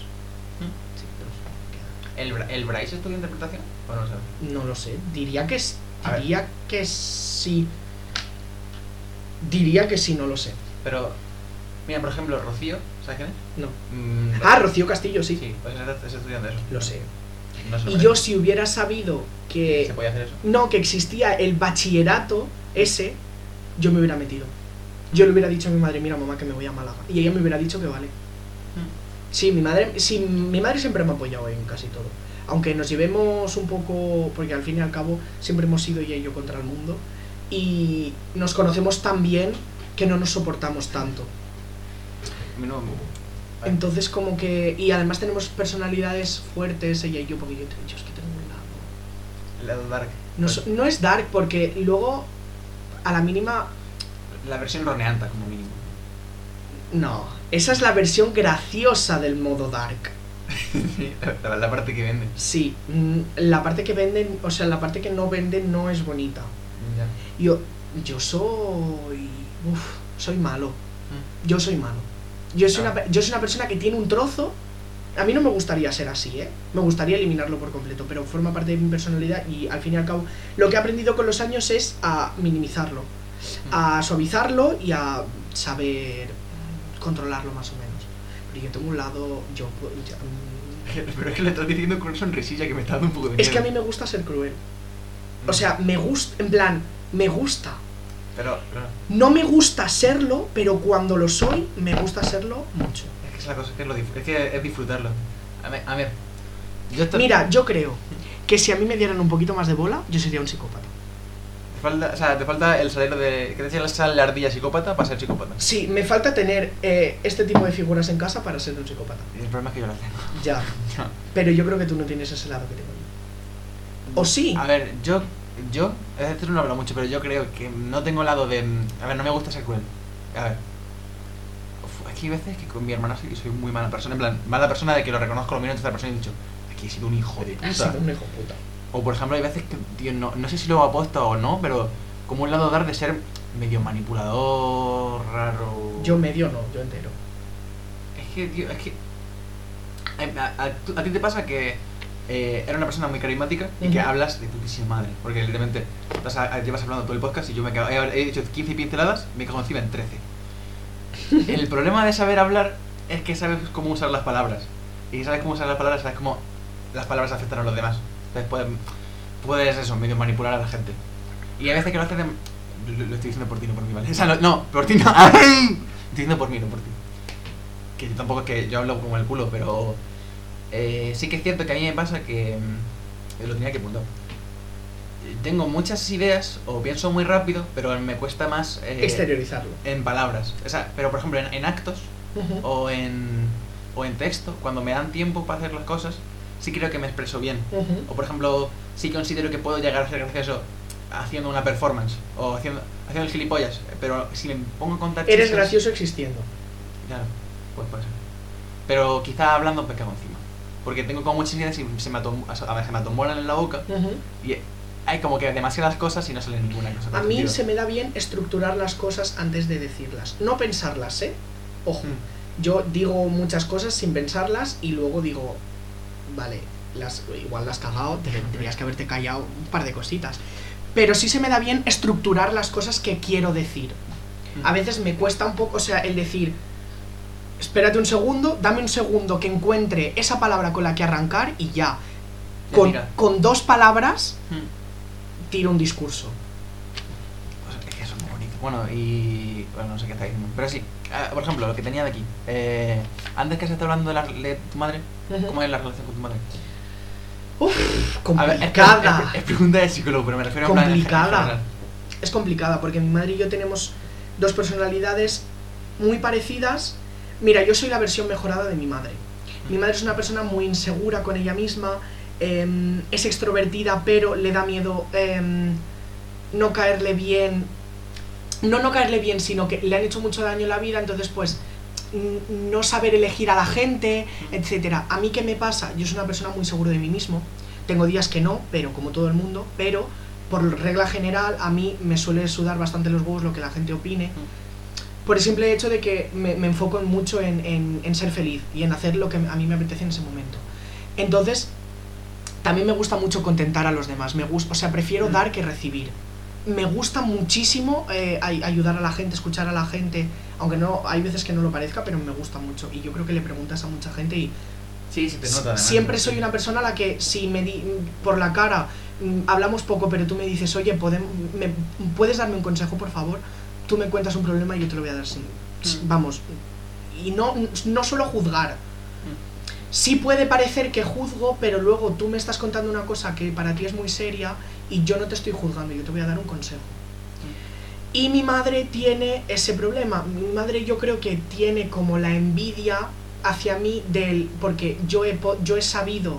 S1: Hmm.
S2: Sí, dos.
S1: ¿El, Bra- el Bryce estudia interpretación? ¿O no lo sabes?
S2: Queda. No lo sé. Diría que es-
S1: A ver.
S2: diría que sí. Diría que sí, no lo sé.
S1: Pero... Mira, por ejemplo, Rocío, ¿sabes quién es?
S2: No.
S1: Mm,
S2: Ah, Rocío Castillo, sí.
S1: Sí, pues es, es estudiante de eso.
S2: Lo sé.
S1: No se lo
S2: Y
S1: merece.
S2: yo si hubiera sabido que
S1: ¿Se puede hacer eso?
S2: No, que existía el bachillerato ese, yo me hubiera metido. Yo le hubiera dicho a mi madre, mira mamá, que me voy a Málaga. Y ella me hubiera dicho que vale. Sí, mi madre, sí, mi madre siempre me ha apoyado en casi todo. Aunque nos llevemos un poco, porque al fin y al cabo siempre hemos sido ella y yo contra el mundo, y nos conocemos tan bien que no nos soportamos tanto.
S5: A mí no me Vale.
S2: Entonces como que... Y además tenemos personalidades fuertes, ella y yo, porque yo, te- yo es que tengo un lado.
S1: El lado dark. Pues,
S2: No, so- no es dark, porque luego, a la mínima...
S1: La versión roneanta, como
S2: *laughs*
S1: mínimo.
S2: No, esa es la versión graciosa del modo dark.
S1: la, la parte que vende.
S2: Sí, mm, la parte que venden, o sea, la parte que no venden no es bonita.
S1: Ya. *laughs*
S2: Yo, yo soy. Uf, soy malo. Yo soy malo. Yo soy, una,
S1: Ah.
S2: pe- yo soy una persona que tiene un trozo. A mí no me gustaría ser así, ¿eh? Me gustaría eliminarlo por completo, pero forma parte de mi personalidad y al fin y al cabo lo que he aprendido con los años es a minimizarlo, a suavizarlo y a saber controlarlo más o menos. Pero yo tengo un lado, yo... puedo- ya, mm,
S1: Pero es que lo estás diciendo con una sonrisilla que me está dando un poco de miedo.
S2: Es que a mí me gusta ser cruel.
S5: Mm.
S2: O sea, me gusta, en plan, me gusta.
S1: Pero, pero
S2: No me gusta serlo, pero cuando lo soy, me gusta serlo mucho.
S1: es que es la cosa, es que es, lo dif- es, que es disfrutarlo. A ver, a ver. Yo esto-
S2: Mira, yo creo que si a mí me dieran un poquito más de bola, yo sería un psicópata.
S1: Te falta, o sea, te falta el salir de... ¿Qué te decía la sal la ardilla psicópata para ser psicópata?
S2: Sí, me falta tener eh, este tipo de figuras en casa para ser un psicópata.
S1: El problema es que yo lo tengo.
S2: Ya. Pero yo creo que tú no tienes ese lado que tengo yo. O sí.
S1: A ver, yo... Yo... Esto no lo hablo mucho, pero yo creo que no tengo lado de... A ver, no me gusta ser cruel. A ver. Uf, aquí hay veces que con mi hermana soy, soy muy mala persona. En plan, mala persona de que lo reconozco lo miro en tercera persona y he dicho... Aquí he sido un hijo de
S2: Has
S1: puta.
S2: sido Ah, un hijo puta.
S1: O por ejemplo, hay veces que, tío, no, no sé si lo aposta o no, pero como un lado dar de ser medio manipulador, raro.
S2: Yo medio no, yo entero.
S1: Es que, tío, es que. A, a- a- tú- a ti te pasa que eh, era una persona muy carismática y que
S2: Ujú.
S1: hablas de putísima madre. Porque literalmente estás a- a- llevas hablando todo el podcast y yo me cago. He, he hecho 15 pinceladas, me cago encima en 13. el problema de saber hablar es que sabes cómo usar las palabras. Y si sabes cómo usar las palabras, sabes cómo las palabras afectan a los demás. Entonces puedes, puedes eso, medio manipular a la gente. Y a veces que lo haces de. Lo, lo estoy diciendo por ti, no por mí, ¿vale? *laughs* O sea, lo- no, por ti no. ¡Ay! Estoy diciendo por mí, no por ti. Que yo tampoco es que yo hablo como el culo, pero. eh, sí que es cierto que a mí me pasa que. mm, lo tenía que apuntar. Eh, Tengo muchas ideas o pienso muy rápido, pero me cuesta más. eh,
S2: Exteriorizarlo.
S1: En palabras. O sea, pero por ejemplo, en- en actos
S2: Ujú.
S1: o en, o en texto, cuando me dan tiempo para hacer las cosas, sí creo que me expreso bien.
S2: Ujú.
S1: O por ejemplo, sí considero que puedo llegar a ser gracioso haciendo una performance o haciendo, haciendo el gilipollas, pero si me pongo en contacto...
S2: Eres gracioso existiendo.
S1: Claro, pues puede ser. Pero quizá hablando me cago encima. Porque tengo como muchas ideas y se me, atom- a ver, se me atombolan en la boca
S2: Ujú.
S1: y hay como que demasiadas cosas y no sale ninguna cosa.
S2: A mí
S1: Tío.
S2: se me da bien estructurar las cosas antes de decirlas. No pensarlas, ¿eh? Ojo,
S1: Mm,
S2: yo digo muchas cosas sin pensarlas y luego digo, vale, las, igual las has cagado, te- tendrías que haberte callado un par de cositas. Pero sí se me da bien estructurar las cosas que quiero decir.
S1: mm.
S2: A veces me cuesta un poco, o sea, el decir, espérate un segundo, dame un segundo que encuentre esa palabra con la que arrancar y ya.
S1: Ya
S2: Con,
S1: mira.
S2: con dos palabras
S1: Mm.
S2: tiro un discurso.
S1: Pues es que eso es muy bonito. Bueno, y. Bueno, no sé qué está diciendo. Pero sí, ah, por ejemplo, lo que tenía de aquí. Eh, antes que se está hablando de, la- de tu madre,
S2: Ujú.
S1: ¿cómo es la relación con tu madre?
S2: Uf,
S1: A ver,
S2: complicada.
S1: es, es- es pregunta de psicólogo, pero me refiero a en
S2: Complicada.
S1: general.
S2: es complicada porque mi madre y yo tenemos dos personalidades muy parecidas. Mira, yo soy la versión mejorada de mi madre. Mi madre es una persona muy insegura con ella misma, em, es extrovertida, pero le da miedo em, no caerle bien. No no caerle bien, sino que le han hecho mucho daño en la vida, entonces pues n- no saber elegir a la gente, etcétera. A mí qué me pasa? Yo soy una persona muy segura de mí mismo. Tengo días que no, pero como todo el mundo, pero por regla general a mí me suele sudar bastante los huevos lo que la gente opine. Por el simple hecho de que me, me enfoco mucho en, en- en ser feliz y en hacer lo que a mí me apetece en ese momento. Entonces, también me gusta mucho contentar a los demás. Me gusta, o sea, prefiero
S1: Mm.
S2: dar que recibir. Me gusta muchísimo eh, ay- ayudar a la gente, escuchar a la gente, aunque no hay veces que no lo parezca, pero me gusta mucho. Y yo creo que le preguntas a mucha gente y
S1: Sí, se te nota. además.
S2: Siempre soy una persona a la que si me di, por la cara mm, hablamos poco, pero tú me dices, oye, podem- me- ¿puedes darme un consejo, por favor? Tú me cuentas un problema y yo te lo voy a dar sin... s-
S1: Mm.
S2: Vamos. Y no, no suelo juzgar.
S1: Mm.
S2: sí puede parecer que juzgo, pero luego tú me estás contando una cosa que para ti es muy seria y yo no te estoy juzgando, yo te voy a dar un consejo. Y mi madre tiene ese problema. Mi madre yo creo que tiene como la envidia hacia mí del porque yo he, po- yo he sabido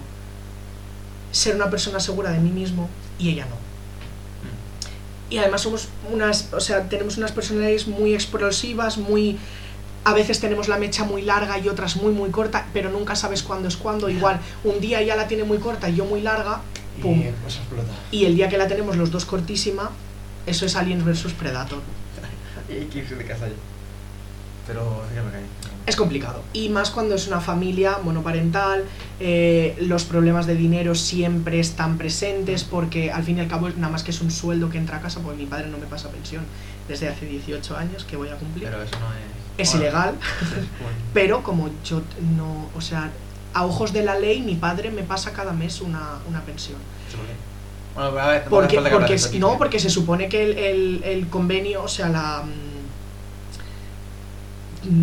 S2: ser una persona segura de mí mismo y ella no. Y además somos unas, o sea, tenemos unas personalidades muy explosivas, muy a veces tenemos la mecha muy larga y otras muy muy corta, pero nunca sabes cuándo es cuándo. Igual un día ella la tiene muy corta y yo muy larga, pum.
S5: Y pues explota.
S2: Y el día que la tenemos los dos cortísima, eso es Aliens versus Predator.
S5: Y hay que irse de casa ya. Pero sí que me caí.
S2: Es complicado. Y más cuando es una familia monoparental, eh, los problemas de dinero siempre están presentes porque al fin y al cabo nada más que es un sueldo que entra a casa porque mi padre no me pasa pensión desde hace 18 años que voy a cumplir.
S5: Pero eso no es.
S2: es
S5: bueno, *laughs*
S2: ilegal,
S5: bueno.
S2: pero como yo t- no, o sea, a ojos de la ley mi padre me pasa cada mes una, una pensión.
S5: Sí, ¿por qué? Bueno, pero a ver, tampoco hace
S2: Porque,
S5: falta que
S2: porque
S5: hables
S2: es-
S5: de
S2: no,
S5: eso,
S2: porque se supone que el, el- el convenio, o sea, la... mm,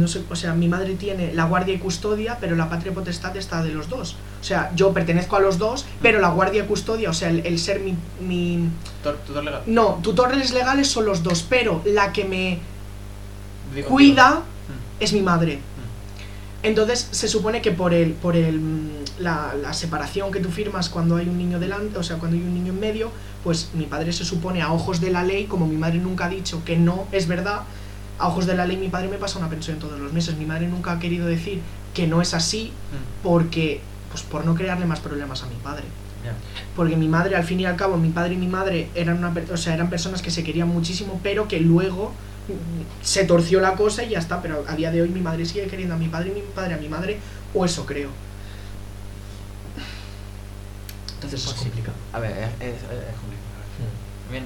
S2: No sé, o sea, mi madre tiene la guardia y custodia, pero la patria potestad está de los dos. O sea, yo pertenezco a los dos, pero la guardia y custodia, o sea, el, el ser mi, mi...
S5: Tutor, tutor legal.
S2: No, tutores legales son los dos, pero la que me
S5: Digo,
S2: cuida
S5: Mm,
S2: es mi madre. Entonces se supone que por el, por el, mm, la, la separación que tú firmas cuando hay un niño delante, o sea, cuando hay un niño en medio, pues mi padre se supone a ojos de la ley, como mi madre nunca ha dicho que no es verdad, a ojos de la ley mi padre me pasa una pensión todos los meses. Mi madre nunca ha querido decir que no es así
S5: mm,
S2: porque, pues por no crearle más problemas a mi padre
S5: ya.
S2: porque mi madre al fin y al cabo mi padre y mi madre eran una per- o sea, eran personas que se querían muchísimo pero que luego mm, se torció la cosa y ya está pero a día de hoy mi madre sigue queriendo a mi padre y mi padre a mi madre o eso creo entonces
S5: Pues
S2: es
S5: sí.
S2: complicado
S5: A ver, es, es- es complicado. a ver. Bien.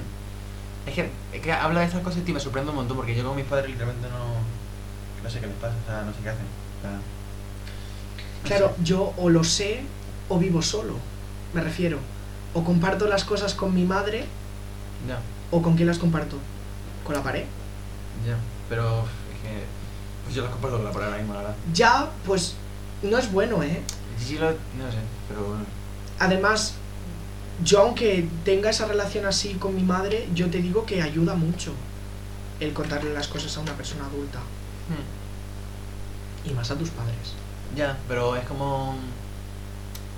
S5: Es que, es que habla de estas cosas y tío, me sorprende un montón porque yo con mis padres literalmente no. No sé qué les pasa, o sea, no sé qué hacen. o sea, no
S2: claro
S5: sé.
S2: yo o lo sé o vivo solo me refiero o comparto las cosas con mi madre
S5: Ya,
S2: o con quién las comparto con la pared
S5: ya. Pero uf, es que. Pues yo las comparto con la palabra misma, la verdad.
S2: ya pues no es bueno eh
S5: Sí, lo, no sé, pero bueno.
S2: Además, yo aunque tenga esa relación así con mi madre, yo te digo que ayuda mucho el contarle las cosas a una persona adulta
S5: Mm,
S2: y más a tus padres.
S5: Ya, pero es como.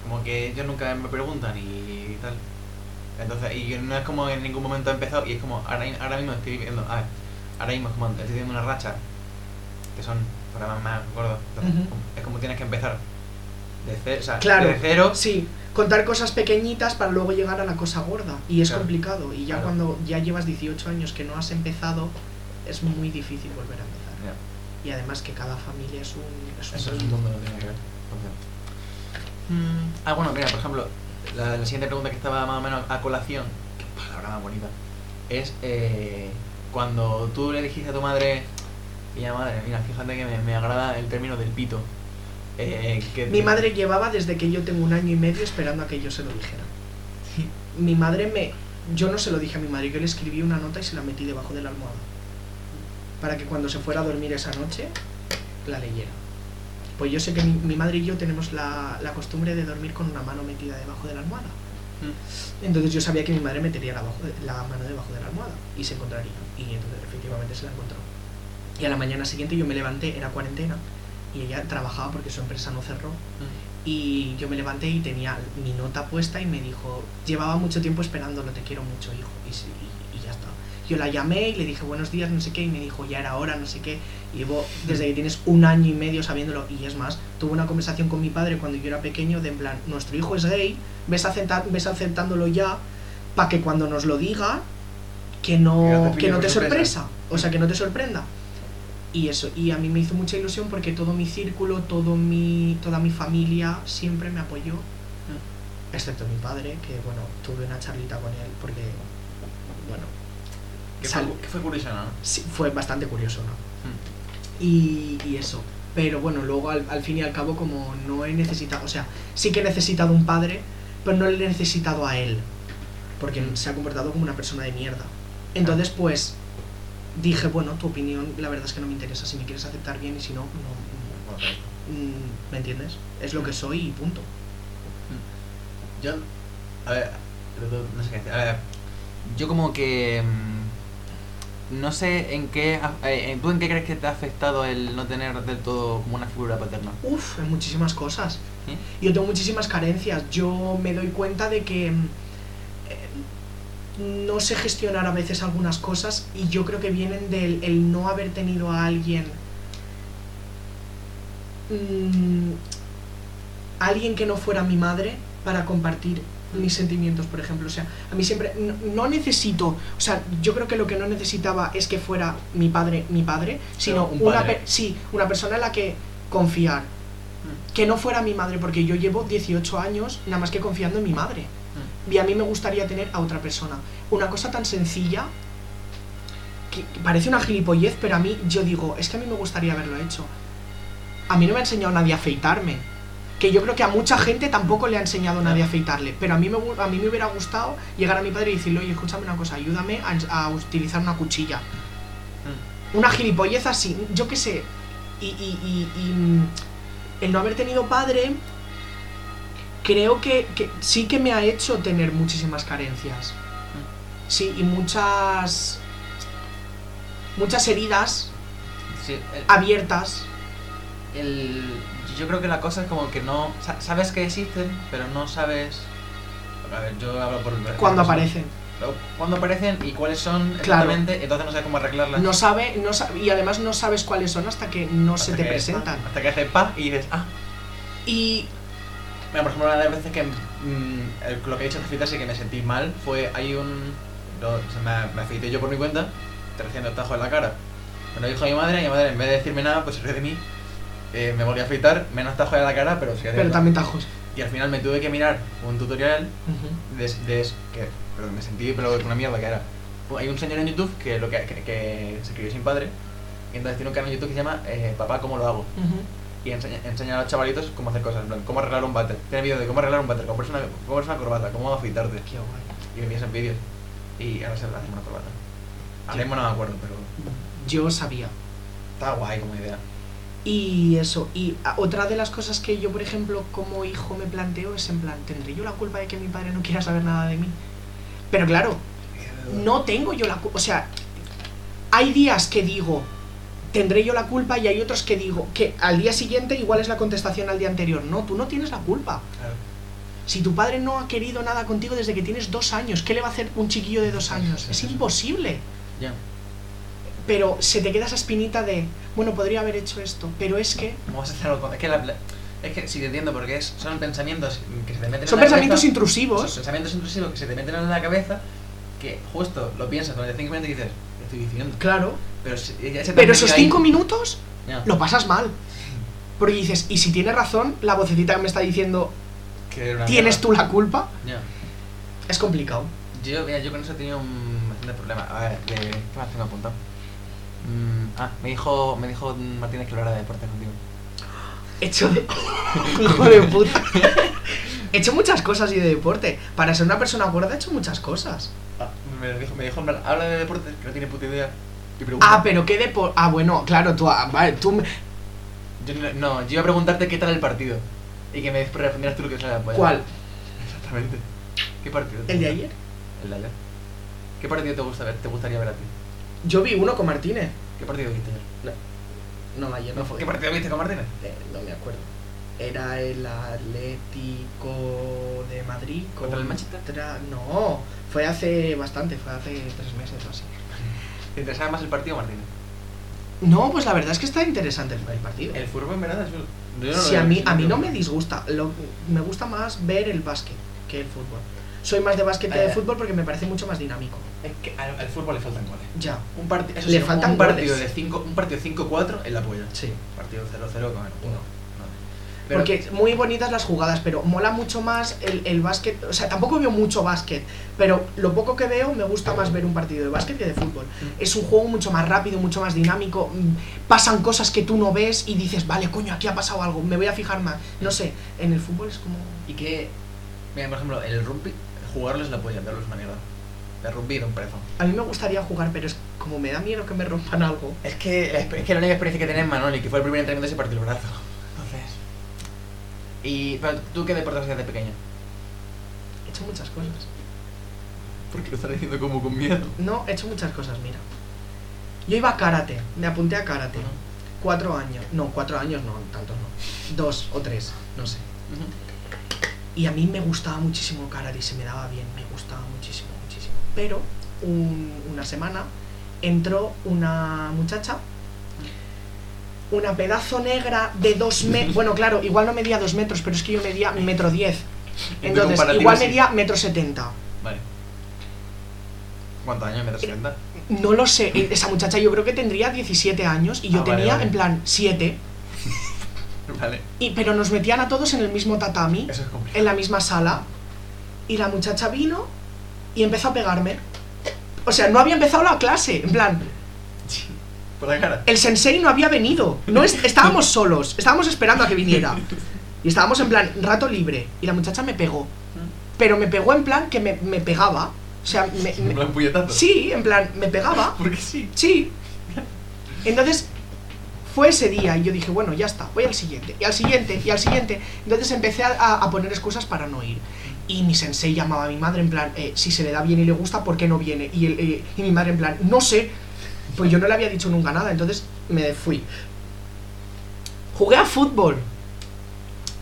S5: Como que ellos nunca me preguntan y tal. Entonces, y yo no es como en ningún momento he empezado y es como ahora, ahora mismo estoy viviendo. A ver, ahora mismo es como estoy viviendo una racha que son programas más gordos. Entonces,
S2: Ujú.
S5: Es como tienes que empezar. De cero, o sea,
S2: Claro.
S5: de cero.
S2: Sí, contar cosas pequeñitas para luego llegar a la cosa gorda y es
S5: Claro.
S2: complicado y ya
S5: Claro.
S2: cuando ya llevas 18 años que no has empezado es muy difícil volver a empezar.
S5: Ya,
S2: Y además que cada familia es un es un
S5: Eso es un
S2: mundo.
S5: mundo, no tiene que ver. Entonces, mm, ah, bueno, mira, por ejemplo, la, la siguiente pregunta que estaba más o menos a colación, qué palabra más bonita, es eh, cuando tú le dijiste a tu madre, mira madre, mira, fíjate que me, me agrada el término del pito. eh, que
S2: Mi madre llevaba desde que yo tengo un año y medio esperando a que yo se lo dijera. Mi madre me... Yo no se lo dije a mi madre, yo le escribí una nota y se la metí debajo de la almohada. Para que cuando se fuera a dormir esa noche, la leyera. Pues yo sé que mi, mi madre y yo tenemos la, la costumbre de dormir con una mano metida debajo de la almohada. Entonces yo sabía que mi madre metería la, bajo- la mano debajo de la almohada y se encontraría. Y entonces efectivamente se la encontró. Y a la mañana siguiente yo me levanté, era cuarentena, y ella trabajaba porque su empresa no cerró. Y yo me levanté y tenía mi nota puesta y me dijo, llevaba mucho tiempo esperándolo, te quiero mucho, hijo. Y, sí, y- y ya está. Yo la llamé y le dije buenos días, no sé qué, y me dijo, ya era hora, no sé qué. Y llevo desde que tienes un año y medio sabiéndolo. Y es más, tuve una conversación con mi padre cuando yo era pequeño de en plan, nuestro hijo es gay, ves, acepta- ves aceptándolo ya para que cuando nos lo diga, que
S5: Que no
S2: no,
S5: te pille
S2: que no
S5: por
S2: te
S5: sorpresa. Mm.
S2: sorpresa, o sea, que no te sorprenda. Y eso, y a mí me hizo mucha ilusión porque todo mi círculo, todo mi, toda mi familia siempre me apoyó,
S5: Mm.
S2: excepto mi padre, que bueno, tuve una charlita con él porque, bueno,
S5: Que
S2: sal-
S5: fue, que fue curioso, ¿no?
S2: sí, fue bastante curioso, ¿no? y, y eso. Pero bueno, luego al, al fin y al cabo como no he necesitado, o sea, sí que he necesitado un padre, pero no le he necesitado a él, porque se ha comportado como una persona de mierda. Entonces pues dije, bueno, tu opinión la verdad es que no me interesa, si me quieres aceptar bien y si no, no.
S5: Mm.
S2: mm, ¿me entiendes? Es lo que soy y punto.
S1: Yo. A ver. No sé qué decir. A ver. Yo como que. mm, No sé en qué. ha- eh, ¿Tú en qué crees que te ha afectado el no tener del todo como una figura paterna?
S2: Uf, en muchísimas cosas.
S1: ¿Sí?
S2: Yo tengo muchísimas carencias. Yo me doy cuenta de que mm, eh, no sé gestionar a veces algunas cosas y yo creo que vienen del el no haber tenido a alguien. mm, alguien que no fuera mi madre para compartir mis sentimientos, por ejemplo. O sea, a mí siempre. No, no necesito. O sea, yo creo que lo que no necesitaba es que fuera mi padre, mi padre, sino
S1: un
S2: una,
S1: padre.
S2: per- sí, una persona en la que confiar.
S1: Mm.
S2: Que no fuera mi madre, porque yo llevo 18 años nada más que confiando en mi madre.
S1: Mm.
S2: Y a mí me gustaría tener a otra persona. Una cosa tan sencilla que que parece una gilipollez, pero a mí yo digo, es que a mí me gustaría haberlo hecho. A mí no me ha enseñado nadie a afeitarme. Que yo creo que a mucha gente tampoco le ha enseñado nadie a afeitarle. Pero a mí me, gu- a mí me hubiera gustado llegar a mi padre y decirle, oye, escúchame una cosa, ayúdame a, ens- a utilizar una cuchilla. Una gilipollez así, yo qué sé. Y, y- y- y, mm, el no haber tenido padre, creo que, que sí que me ha hecho tener muchísimas carencias. Sí, y muchas. muchas heridas
S1: Sí, el-
S2: abiertas.
S1: el- yo creo que la cosa es como que no sa- sabes que existen pero no sabes a ver yo hablo por
S2: cuando aparecen.
S1: cuando aparecen y cuáles son
S2: Claro.
S1: exactamente entonces no sabes cómo arreglarlas
S2: No sabe, no sa- y además no sabes cuáles son hasta que no
S1: Hasta
S2: se te
S1: que-
S2: presentan.
S1: hasta que hace pa y dices ah
S2: Y
S1: mira por ejemplo una de las veces que mm, el- lo que he dicho te afeitas y que me sentí mal fue hay un lo- se me, me afeité yo por mi cuenta trayendo el tajo en la cara me lo dijo mi madre y mi madre en vez de decirme nada pues se rió de mí eh, me volví a afeitar menos tajo en la cara pero sí
S2: pero también tajos.
S1: y al final me tuve que mirar un tutorial
S2: Ujú.
S1: de, de que pero me sentí pero con una mierda que era oh, hay un señor en YouTube que lo que, que- que se crió sin padre y entonces tiene un canal en YouTube que se llama eh, papá cómo lo hago
S2: Ujú.
S1: y enseña, enseña a los chavalitos cómo hacer cosas en plan cómo arreglar un váter tiene vídeos de cómo arreglar un váter cómo ponerse una, cómo ponerse una corbata cómo afeitarte
S2: Qué guay.
S1: y me vi esos vídeos y ahora se hacemos una corbata ahora mismo no me acuerdo pero
S2: Yo sabía.
S1: está guay como idea
S2: Y eso, y a- otra de las cosas que yo, por ejemplo, como hijo me planteo es en plan, ¿tendré yo la culpa de que mi padre no quiera saber nada de mí? Pero claro, no tengo yo la culpa, o sea, hay días que digo, tendré yo la culpa y hay otros que digo, que al día siguiente igual es la contestación al día anterior, no, tú no tienes la culpa.
S1: Claro.
S2: Si tu padre no ha querido nada contigo desde que tienes dos años, ¿qué le va a hacer un chiquillo de dos años?
S1: Sí,
S2: Es
S1: sí, sí.
S2: imposible
S1: ya
S2: pero se te queda esa espinita de, bueno, podría haber hecho esto, pero es que...
S1: ¿Cómo vas a hacer algo con- es que la, la- es que sí te entiendo porque es, son pensamientos que se te meten en
S2: Son
S1: la cabeza.
S2: pensamientos
S1: Son
S2: intrusivos.
S1: pensamientos intrusivos que se te meten en la cabeza que justo lo piensas durante 5 minutos y dices, ¿qué estoy diciendo?
S2: Claro.
S1: Pero, si- ya se te han
S2: Pero esos
S1: metido ahí.
S2: cinco minutos
S1: Ya.
S2: lo pasas mal. Porque dices, y si tiene razón, la vocecita que me está diciendo,
S1: Que era una
S2: ¿tienes
S1: mierda.
S2: tú la culpa?
S1: Ya.
S2: Es complicado.
S1: Yo, mira, yo con eso he tenido un bastante problema. A ver, de- ¿qué más tengo apuntado? Mm, ah, me dijo, me dijo Martínez que hablara de deportes contigo.
S2: Hecho *laughs* de... Hijo de puta. He hecho muchas cosas y de deporte. Para ser una persona gorda he hecho muchas cosas.
S1: Ah, me dijo, me dijo, en plan, habla de deportes, que no tiene puta idea. Y pregunta.
S2: Ah, pero qué deporte... Ah, bueno, claro, tú... ah, vale, tú... me-
S1: Yo no, no, yo iba a preguntarte qué tal el partido. Y que me respondieras tú lo que pues. es la polla.
S2: ¿Cuál?
S1: Exactamente. ¿Qué partido? te
S2: ¿El de
S1: gusta?
S2: ayer?
S1: El de ayer. ¿Qué partido te, gusta ver, te gustaría ver a ti?
S2: Yo vi uno con Martínez.
S1: ¿Qué partido viste ayer?
S2: No, ayer no fue.
S1: ¿Qué partido viste con Martínez?
S2: Eh, no me acuerdo. Era el Atlético de Madrid
S1: ¿Contra el Manchester?
S2: contra- No, fue hace bastante, fue hace tres meses o así.
S1: ¿Te interesaba más el partido o Martínez?
S2: No, pues la verdad es que está interesante el, el partido.
S1: El fútbol en verdad es un... yo no lo
S2: Si
S1: veo,
S2: a mí,
S1: es un
S2: a mí no
S1: fútbol.
S2: me disgusta, lo- me gusta más ver el básquet que el fútbol. Soy más de básquet que
S1: Ah,
S2: de
S1: ya.
S2: fútbol porque me parece mucho más dinámico.
S1: Es que al, al fútbol le faltan goles.
S2: Ya,
S1: Un partido...
S2: Le faltan
S1: un partido
S2: goles.
S1: de 5 Un partido 5-4 en la polla.
S2: sí.
S1: Partido 0-0 con el
S2: No.
S1: Pero-
S2: Porque muy bonitas las jugadas, pero mola mucho más el, el básquet. O sea, tampoco veo mucho básquet, pero lo poco que veo me gusta más ver un partido de básquet que de fútbol.
S1: Mm.
S2: Es un juego mucho más rápido, mucho más dinámico. mm, Pasan cosas que tú no ves y dices, vale, coño, aquí ha pasado algo, me voy a fijar más. No sé, en el fútbol es como.
S1: Y que... Mira, por ejemplo, el rugby, jugarlo es la polla, verlo es una mierda. El rugby era un prezo.
S2: A mí me gustaría jugar, pero es como me da miedo que me rompan algo.
S1: Es que, la exper- es que la única experiencia que tenía es Manoli, que fue el primer entrenamiento de ese partido el brazo. Entonces...
S5: Y, pero, ¿Tú qué deporte hacías de pequeño?
S2: He hecho muchas cosas.
S1: Porque lo estás diciendo como con miedo.
S2: No, he hecho muchas cosas, mira. Yo iba a karate, me apunté a karate.
S5: Ujú.
S2: Cuatro años. No, cuatro años no, tantos no. Dos o tres, no sé. Y a mí me gustaba muchísimo karate y se me daba bien, me gustaba muchísimo, muchísimo. Pero un- una semana entró una muchacha, una pedazo negra de
S1: *laughs*
S2: dos metros. bueno, claro, igual no medía dos metros, pero es que yo medía metro diez.
S1: En tu
S2: Entonces,
S1: comparativo,
S2: igual
S1: sí.
S2: medía metro setenta.
S5: Vale. ¿Cuántos años? ¿Metro setenta?
S2: No lo sé, e- esa muchacha yo creo que tendría 17 años y yo
S5: Ah, vale,
S2: tenía
S5: vale.
S2: en plan 7.
S5: Vale.
S2: Y, pero nos metían a todos en el mismo tatami,
S5: Eso es complicado.
S2: en la misma sala. Y la muchacha vino y empezó a pegarme. O sea, no había empezado la clase. En plan,
S5: Por la cara.
S2: el sensei no había venido. No es- estábamos solos. Estábamos esperando a que viniera. Y estábamos en plan, rato libre. Y la muchacha me pegó. Pero me pegó en plan que me, me pegaba. O sea, me-
S1: En
S2: me,
S1: plan puñetazo.
S2: sí, en plan, me pegaba.
S1: Porque sí.
S2: Sí. Entonces, fue ese día y yo dije, bueno, ya está, voy al siguiente, y al siguiente, y al siguiente. Entonces empecé a, a poner excusas para no ir. Y mi sensei llamaba a mi madre en plan, eh, si se le da bien y le gusta, ¿por qué no viene? Y, el- eh, y mi madre en plan, no sé. Pues yo no le había dicho nunca nada, entonces me fui. Jugué a fútbol.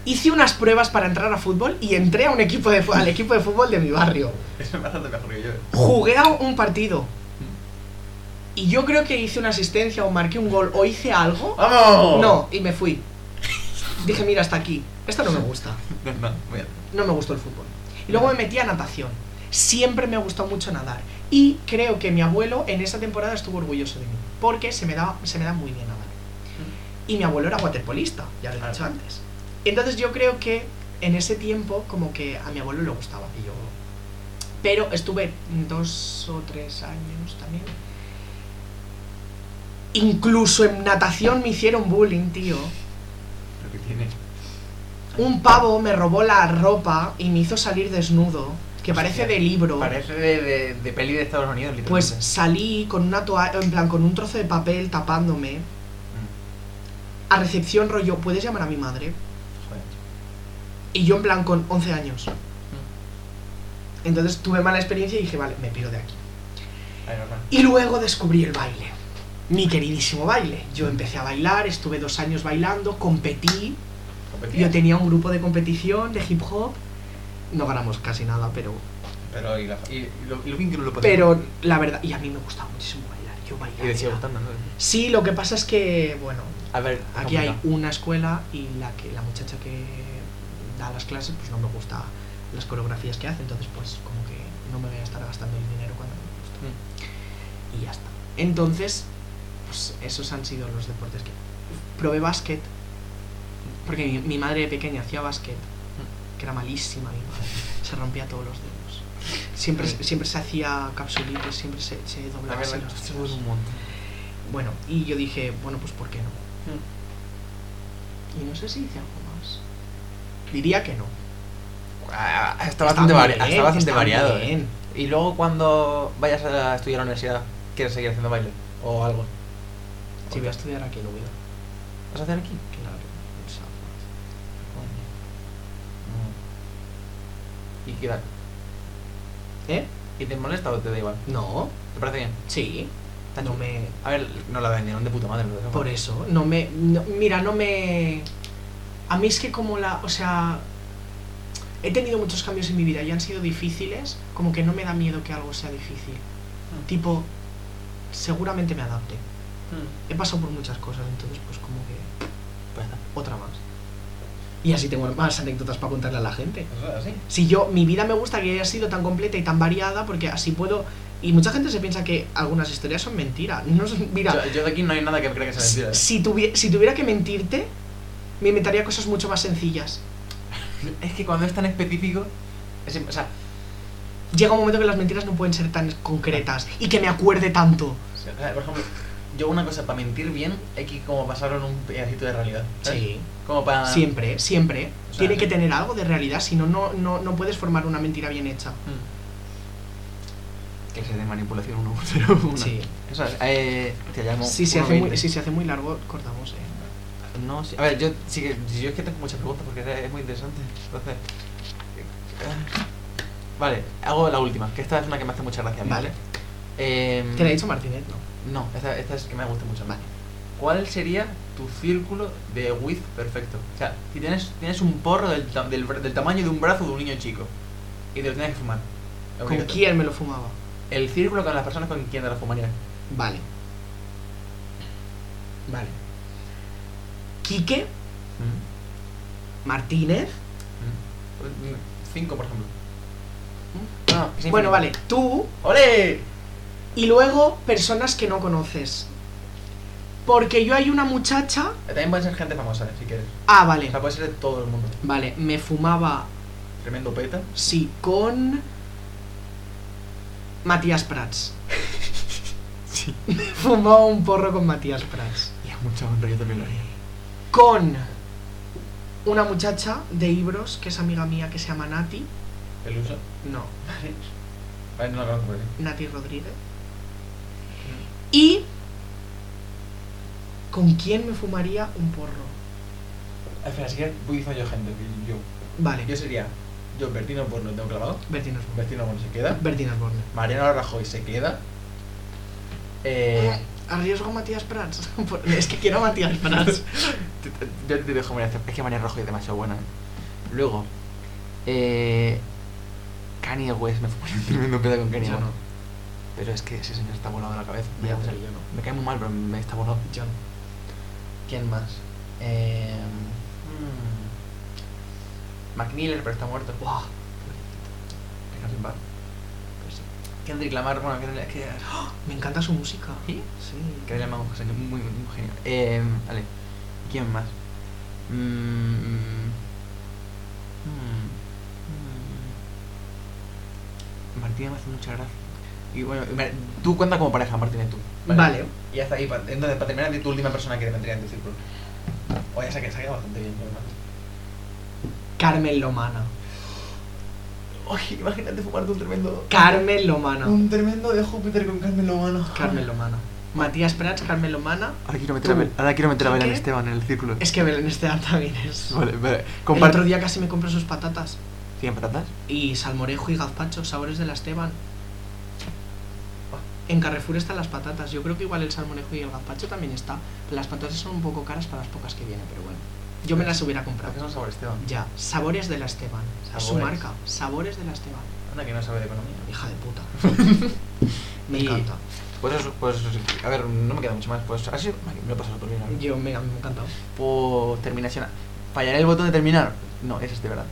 S2: Hice unas pruebas para entrar a fútbol y entré a un equipo de, fu- al equipo de fútbol de mi barrio
S5: Eso es bastante mejor que yo.
S2: jugué a un partido y yo creo que hice una asistencia o marqué un gol o hice algo.
S5: ¡Vamos!
S2: No, y me fui. Dije, mira, hasta aquí. Esto no me gusta.
S5: No, no, voy a...
S2: No me gustó el fútbol. Y luego me metí a natación. Siempre me gustó mucho nadar. Y creo que mi abuelo en esa temporada estuvo orgulloso de mí. Porque se me da, se me da muy bien nadar. Y mi abuelo era waterpolista, ya lo he dicho antes. Entonces yo creo que en ese tiempo como que a mi abuelo le gustaba. Y yo... Pero estuve dos o tres años también. Incluso en natación me hicieron bullying, tío.
S5: Lo que tiene.
S2: Un pavo me robó la ropa y me hizo salir desnudo, que parece de libro.
S5: Parece de, de, de peli de Estados Unidos, literalmente.
S2: Pues salí con una toalla, en plan, con un trozo de papel tapándome. A recepción rollo, ¿puedes llamar a mi madre?
S5: Joder.
S2: Y yo en plan con 11 años. Entonces tuve mala experiencia y dije, vale, me piro de aquí.
S5: Ay, normal.
S2: Y luego descubrí el baile. Mi queridísimo baile. Yo empecé a bailar, estuve dos años bailando, competí. Yo
S5: Competía.
S2: tenía un grupo de competición de hip hop. No ganamos casi nada, pero
S5: Pero y, la, y, y lo, y lo bien que no lo pasé.
S2: Pero la verdad, y a mí me gustaba muchísimo bailar. Yo
S5: Y decía
S2: bailaba.
S5: gustando, ¿no?
S2: Sí, lo que pasa es que, bueno,
S5: A ver,
S2: aquí hay una escuela y la que la muchacha que da las clases, pues no me gusta las coreografías que hace, entonces pues como que no me voy a estar gastando el dinero cuando no me gusta. Y ya está. Entonces, pues esos han sido los deportes que probé básquet porque mi, mi madre de pequeña hacía básquet, que era malísima mi madre, se rompía todos los dedos. Siempre, se- siempre se hacía capsulitis, siempre se, se doblaba. así los
S5: se
S2: dedos.
S5: un montón.
S2: Bueno, y yo dije, bueno, pues ¿por qué no?
S5: Hmm.
S2: Y no sé si hice algo más. Diría que no.
S5: Ah, Está
S2: Está
S5: bastante,
S2: muy
S5: vari-
S2: bien,
S5: está bastante
S2: está
S5: variado.
S2: bien.
S5: ¿eh? Y luego cuando vayas a estudiar a la universidad, ¿quieres seguir haciendo baile? ¿O algo?
S2: Si voy a estudiar aquí en Oviedo,
S5: ¿Vas a hacer aquí?
S2: claro. en Safra.
S5: Mm. ¿Y qué tal?
S2: ¿Eh?
S5: ¿Y te molesta o te da igual?
S2: No,
S5: ¿Te parece bien?
S2: sí. No me.
S5: A ver, no la vendieron de puta madre. Lo de
S2: Por eso, no me. no- mira, no me. A mí es que como la. O sea. He tenido muchos cambios en mi vida y han sido difíciles, como que no me da miedo que algo sea difícil.
S5: Hmm.
S2: Tipo, seguramente me adapte.
S5: Mm.
S2: He pasado por muchas cosas, entonces pues como que
S5: Pues está.
S2: otra más. Y así tengo más anécdotas para contarle a la gente.
S5: Eso es así.
S2: Si yo, mi vida me gusta que haya sido tan completa y tan variada, porque así puedo. Y mucha gente se piensa que algunas historias son mentira. No, son- mira,
S5: Yo, yo de aquí no hay nada que crea que sea mentira.
S2: si, tuvi- si tuviera que mentirte, me inventaría cosas mucho más sencillas.
S5: Es que cuando es tan específico. es im- o sea,
S2: Llega un momento que las mentiras no pueden ser tan concretas y que me acuerde tanto.
S5: o sea, por ejemplo, yo una cosa, para mentir bien, hay que como pasarlo en un pedacito de realidad. ¿sabes?
S2: Sí.
S5: Como para. Hmm.
S2: Siempre, siempre.
S5: Ah. O sea,
S2: Tiene
S5: sí.
S2: que tener algo de realidad, si no, no, no no puedes formar una mentira bien hecha.
S5: Mm. Clase de manipulación 1
S2: Sí.
S5: Eso es. Eh, te llamo.
S2: Si se, hace muy,
S5: 1.20.
S2: si se hace muy largo, cortamos, eh.
S5: No, sí. A ver, yo, sí que, yo es que tengo muchas preguntas porque es- es muy interesante. Entonces. eh, Vale, hago la última, que esta es una que me hace mucha gracia. a mí,
S2: Vale.
S1: Mm.
S5: Em,
S2: Te la he dicho ¿eh? Martinet, ¿no?
S5: No, esta, esta es que me gusta mucho.
S2: Vale.
S5: ¿Cuál sería tu círculo de width perfecto? O sea, si tienes, tienes un porro del, ta- del, bra- del tamaño de un brazo de un niño chico y te lo tienes que fumar.
S2: ¿Con
S5: obligatorio.
S2: quién me lo fumaba?
S5: El círculo con las personas con quien te lo fumarías.
S2: Vale. Vale. Quique Mm. Martínez.
S5: Mm. Mm. Cinco, por ejemplo. No, no, es
S2: Mm. Bueno,
S5: infinito.
S2: vale, tú
S5: ¡Ole!
S2: y luego personas que no conoces. Porque yo hay una muchacha.
S5: También puede ser gente famosa, si quieres.
S2: Ah,
S5: O
S2: vale.
S5: sea, puede ser de todo el mundo.
S2: Vale, me fumaba,
S5: Tremendo peta.
S2: sí, con. Matías Prats.
S1: Sí.
S2: Me *laughs* fumaba un porro con Matías Prats.
S1: Y es mucho honra, yo también lo haría.
S2: Con. Una muchacha de Ibros, que es amiga mía, que se llama Nati.
S5: El uso.
S2: No,
S5: Vale, no lo ¿eh? conozco por aquí.
S2: Nati Rodríguez. Y. ¿Con quién me fumaría un porro?
S5: Espera, si quieres, voy diciendo yo gente. que Yo.
S2: Vale,
S5: Yo sería. Yo, Bertino Borno, tengo clavado.
S2: Bertín Osborne.
S5: Bertino Borno se queda.
S2: Bertín Osborne.
S5: Mariano Rajoy se queda. Eh,
S2: Arriesgo a Matías Prats. *laughs* Por- es que quiero a Matías
S5: *laughs*
S2: Prats.
S1: Te- te- Yo te dejo, mira, es que María Rojo es demasiado buena. ¿eh? Luego, eh, Kanye West, me fui un *laughs* tremendo pedo con Kanye
S2: Yo
S1: West.
S2: no.
S1: Pero es que ese señor está volado de la cabeza. Me,
S5: Ya,
S1: da-
S5: pero yo no.
S1: me cae muy mal, pero me está volado.
S5: John. ¿Quién más?
S1: Em,
S5: Eh,
S1: hmm.
S5: mm, Mac Miller, pero está muerto. Buah. Déjame en paz. Pero sí. Kendrick Lamar, bueno, Kendrick, es que,
S2: Me encanta su música.
S1: ¿Sí?
S2: Sí.
S1: Kendrick Lamar es un señor muy, muy, muy genial. Eh, vale, ¿Y ¿quién más? Mm, mm, mm. Martínez me hace mucha gracia. Y bueno, y Mar- tú cuenta como pareja, Martínez, tú.
S2: Vale.
S5: Y hasta ahí. pa- Entonces, para terminar, di tu última persona que te vendría en tu círculo. Oye, se ha quedado se ha quedado bastante bien, ¿no?
S2: Carmen Lomana.
S5: Oye, imagínate fumarte un tremendo.
S2: Carmen Lomana.
S5: Un tremendo de Júpiter con Carmen Lomano.
S2: Carmen Lomana. Matías Prats, Carmen Lomana.
S1: Ahora quiero
S2: meter a Tú. Bel-
S1: ahora quiero meter
S2: a ¿Tú Belén qué?
S1: Esteban en el círculo.
S2: Es que Belén Esteban también es.
S1: Vale, vale.
S2: El otro día casi me compré sus patatas.
S1: ¿Tienen patatas?
S2: Y salmorejo y gazpacho, sabores de la Esteban. En Carrefour están las patatas. Yo creo que igual el salmorejo y el gazpacho también está. Las patatas son un poco caras para las pocas que vienen, pero bueno. Yo me las hubiera
S5: ¿Para qué
S2: comprado.
S5: son sabores, Esteban?
S2: Ya, Sabores de la Esteban. Es su
S5: Sabores.
S2: marca. Sabores de la Esteban.
S5: Anda, que no sabe de economía.
S2: Hija de puta. me
S1: Y-
S2: encanta.
S1: Pues eso, pues. A ver, no me queda mucho más. Pues así me lo he pasado por bien. la verdad.
S2: Yo, me, a mí me ha encantado.
S1: Por terminación. ¿Fallaré el botón de terminar? No, es este, ¿verdad?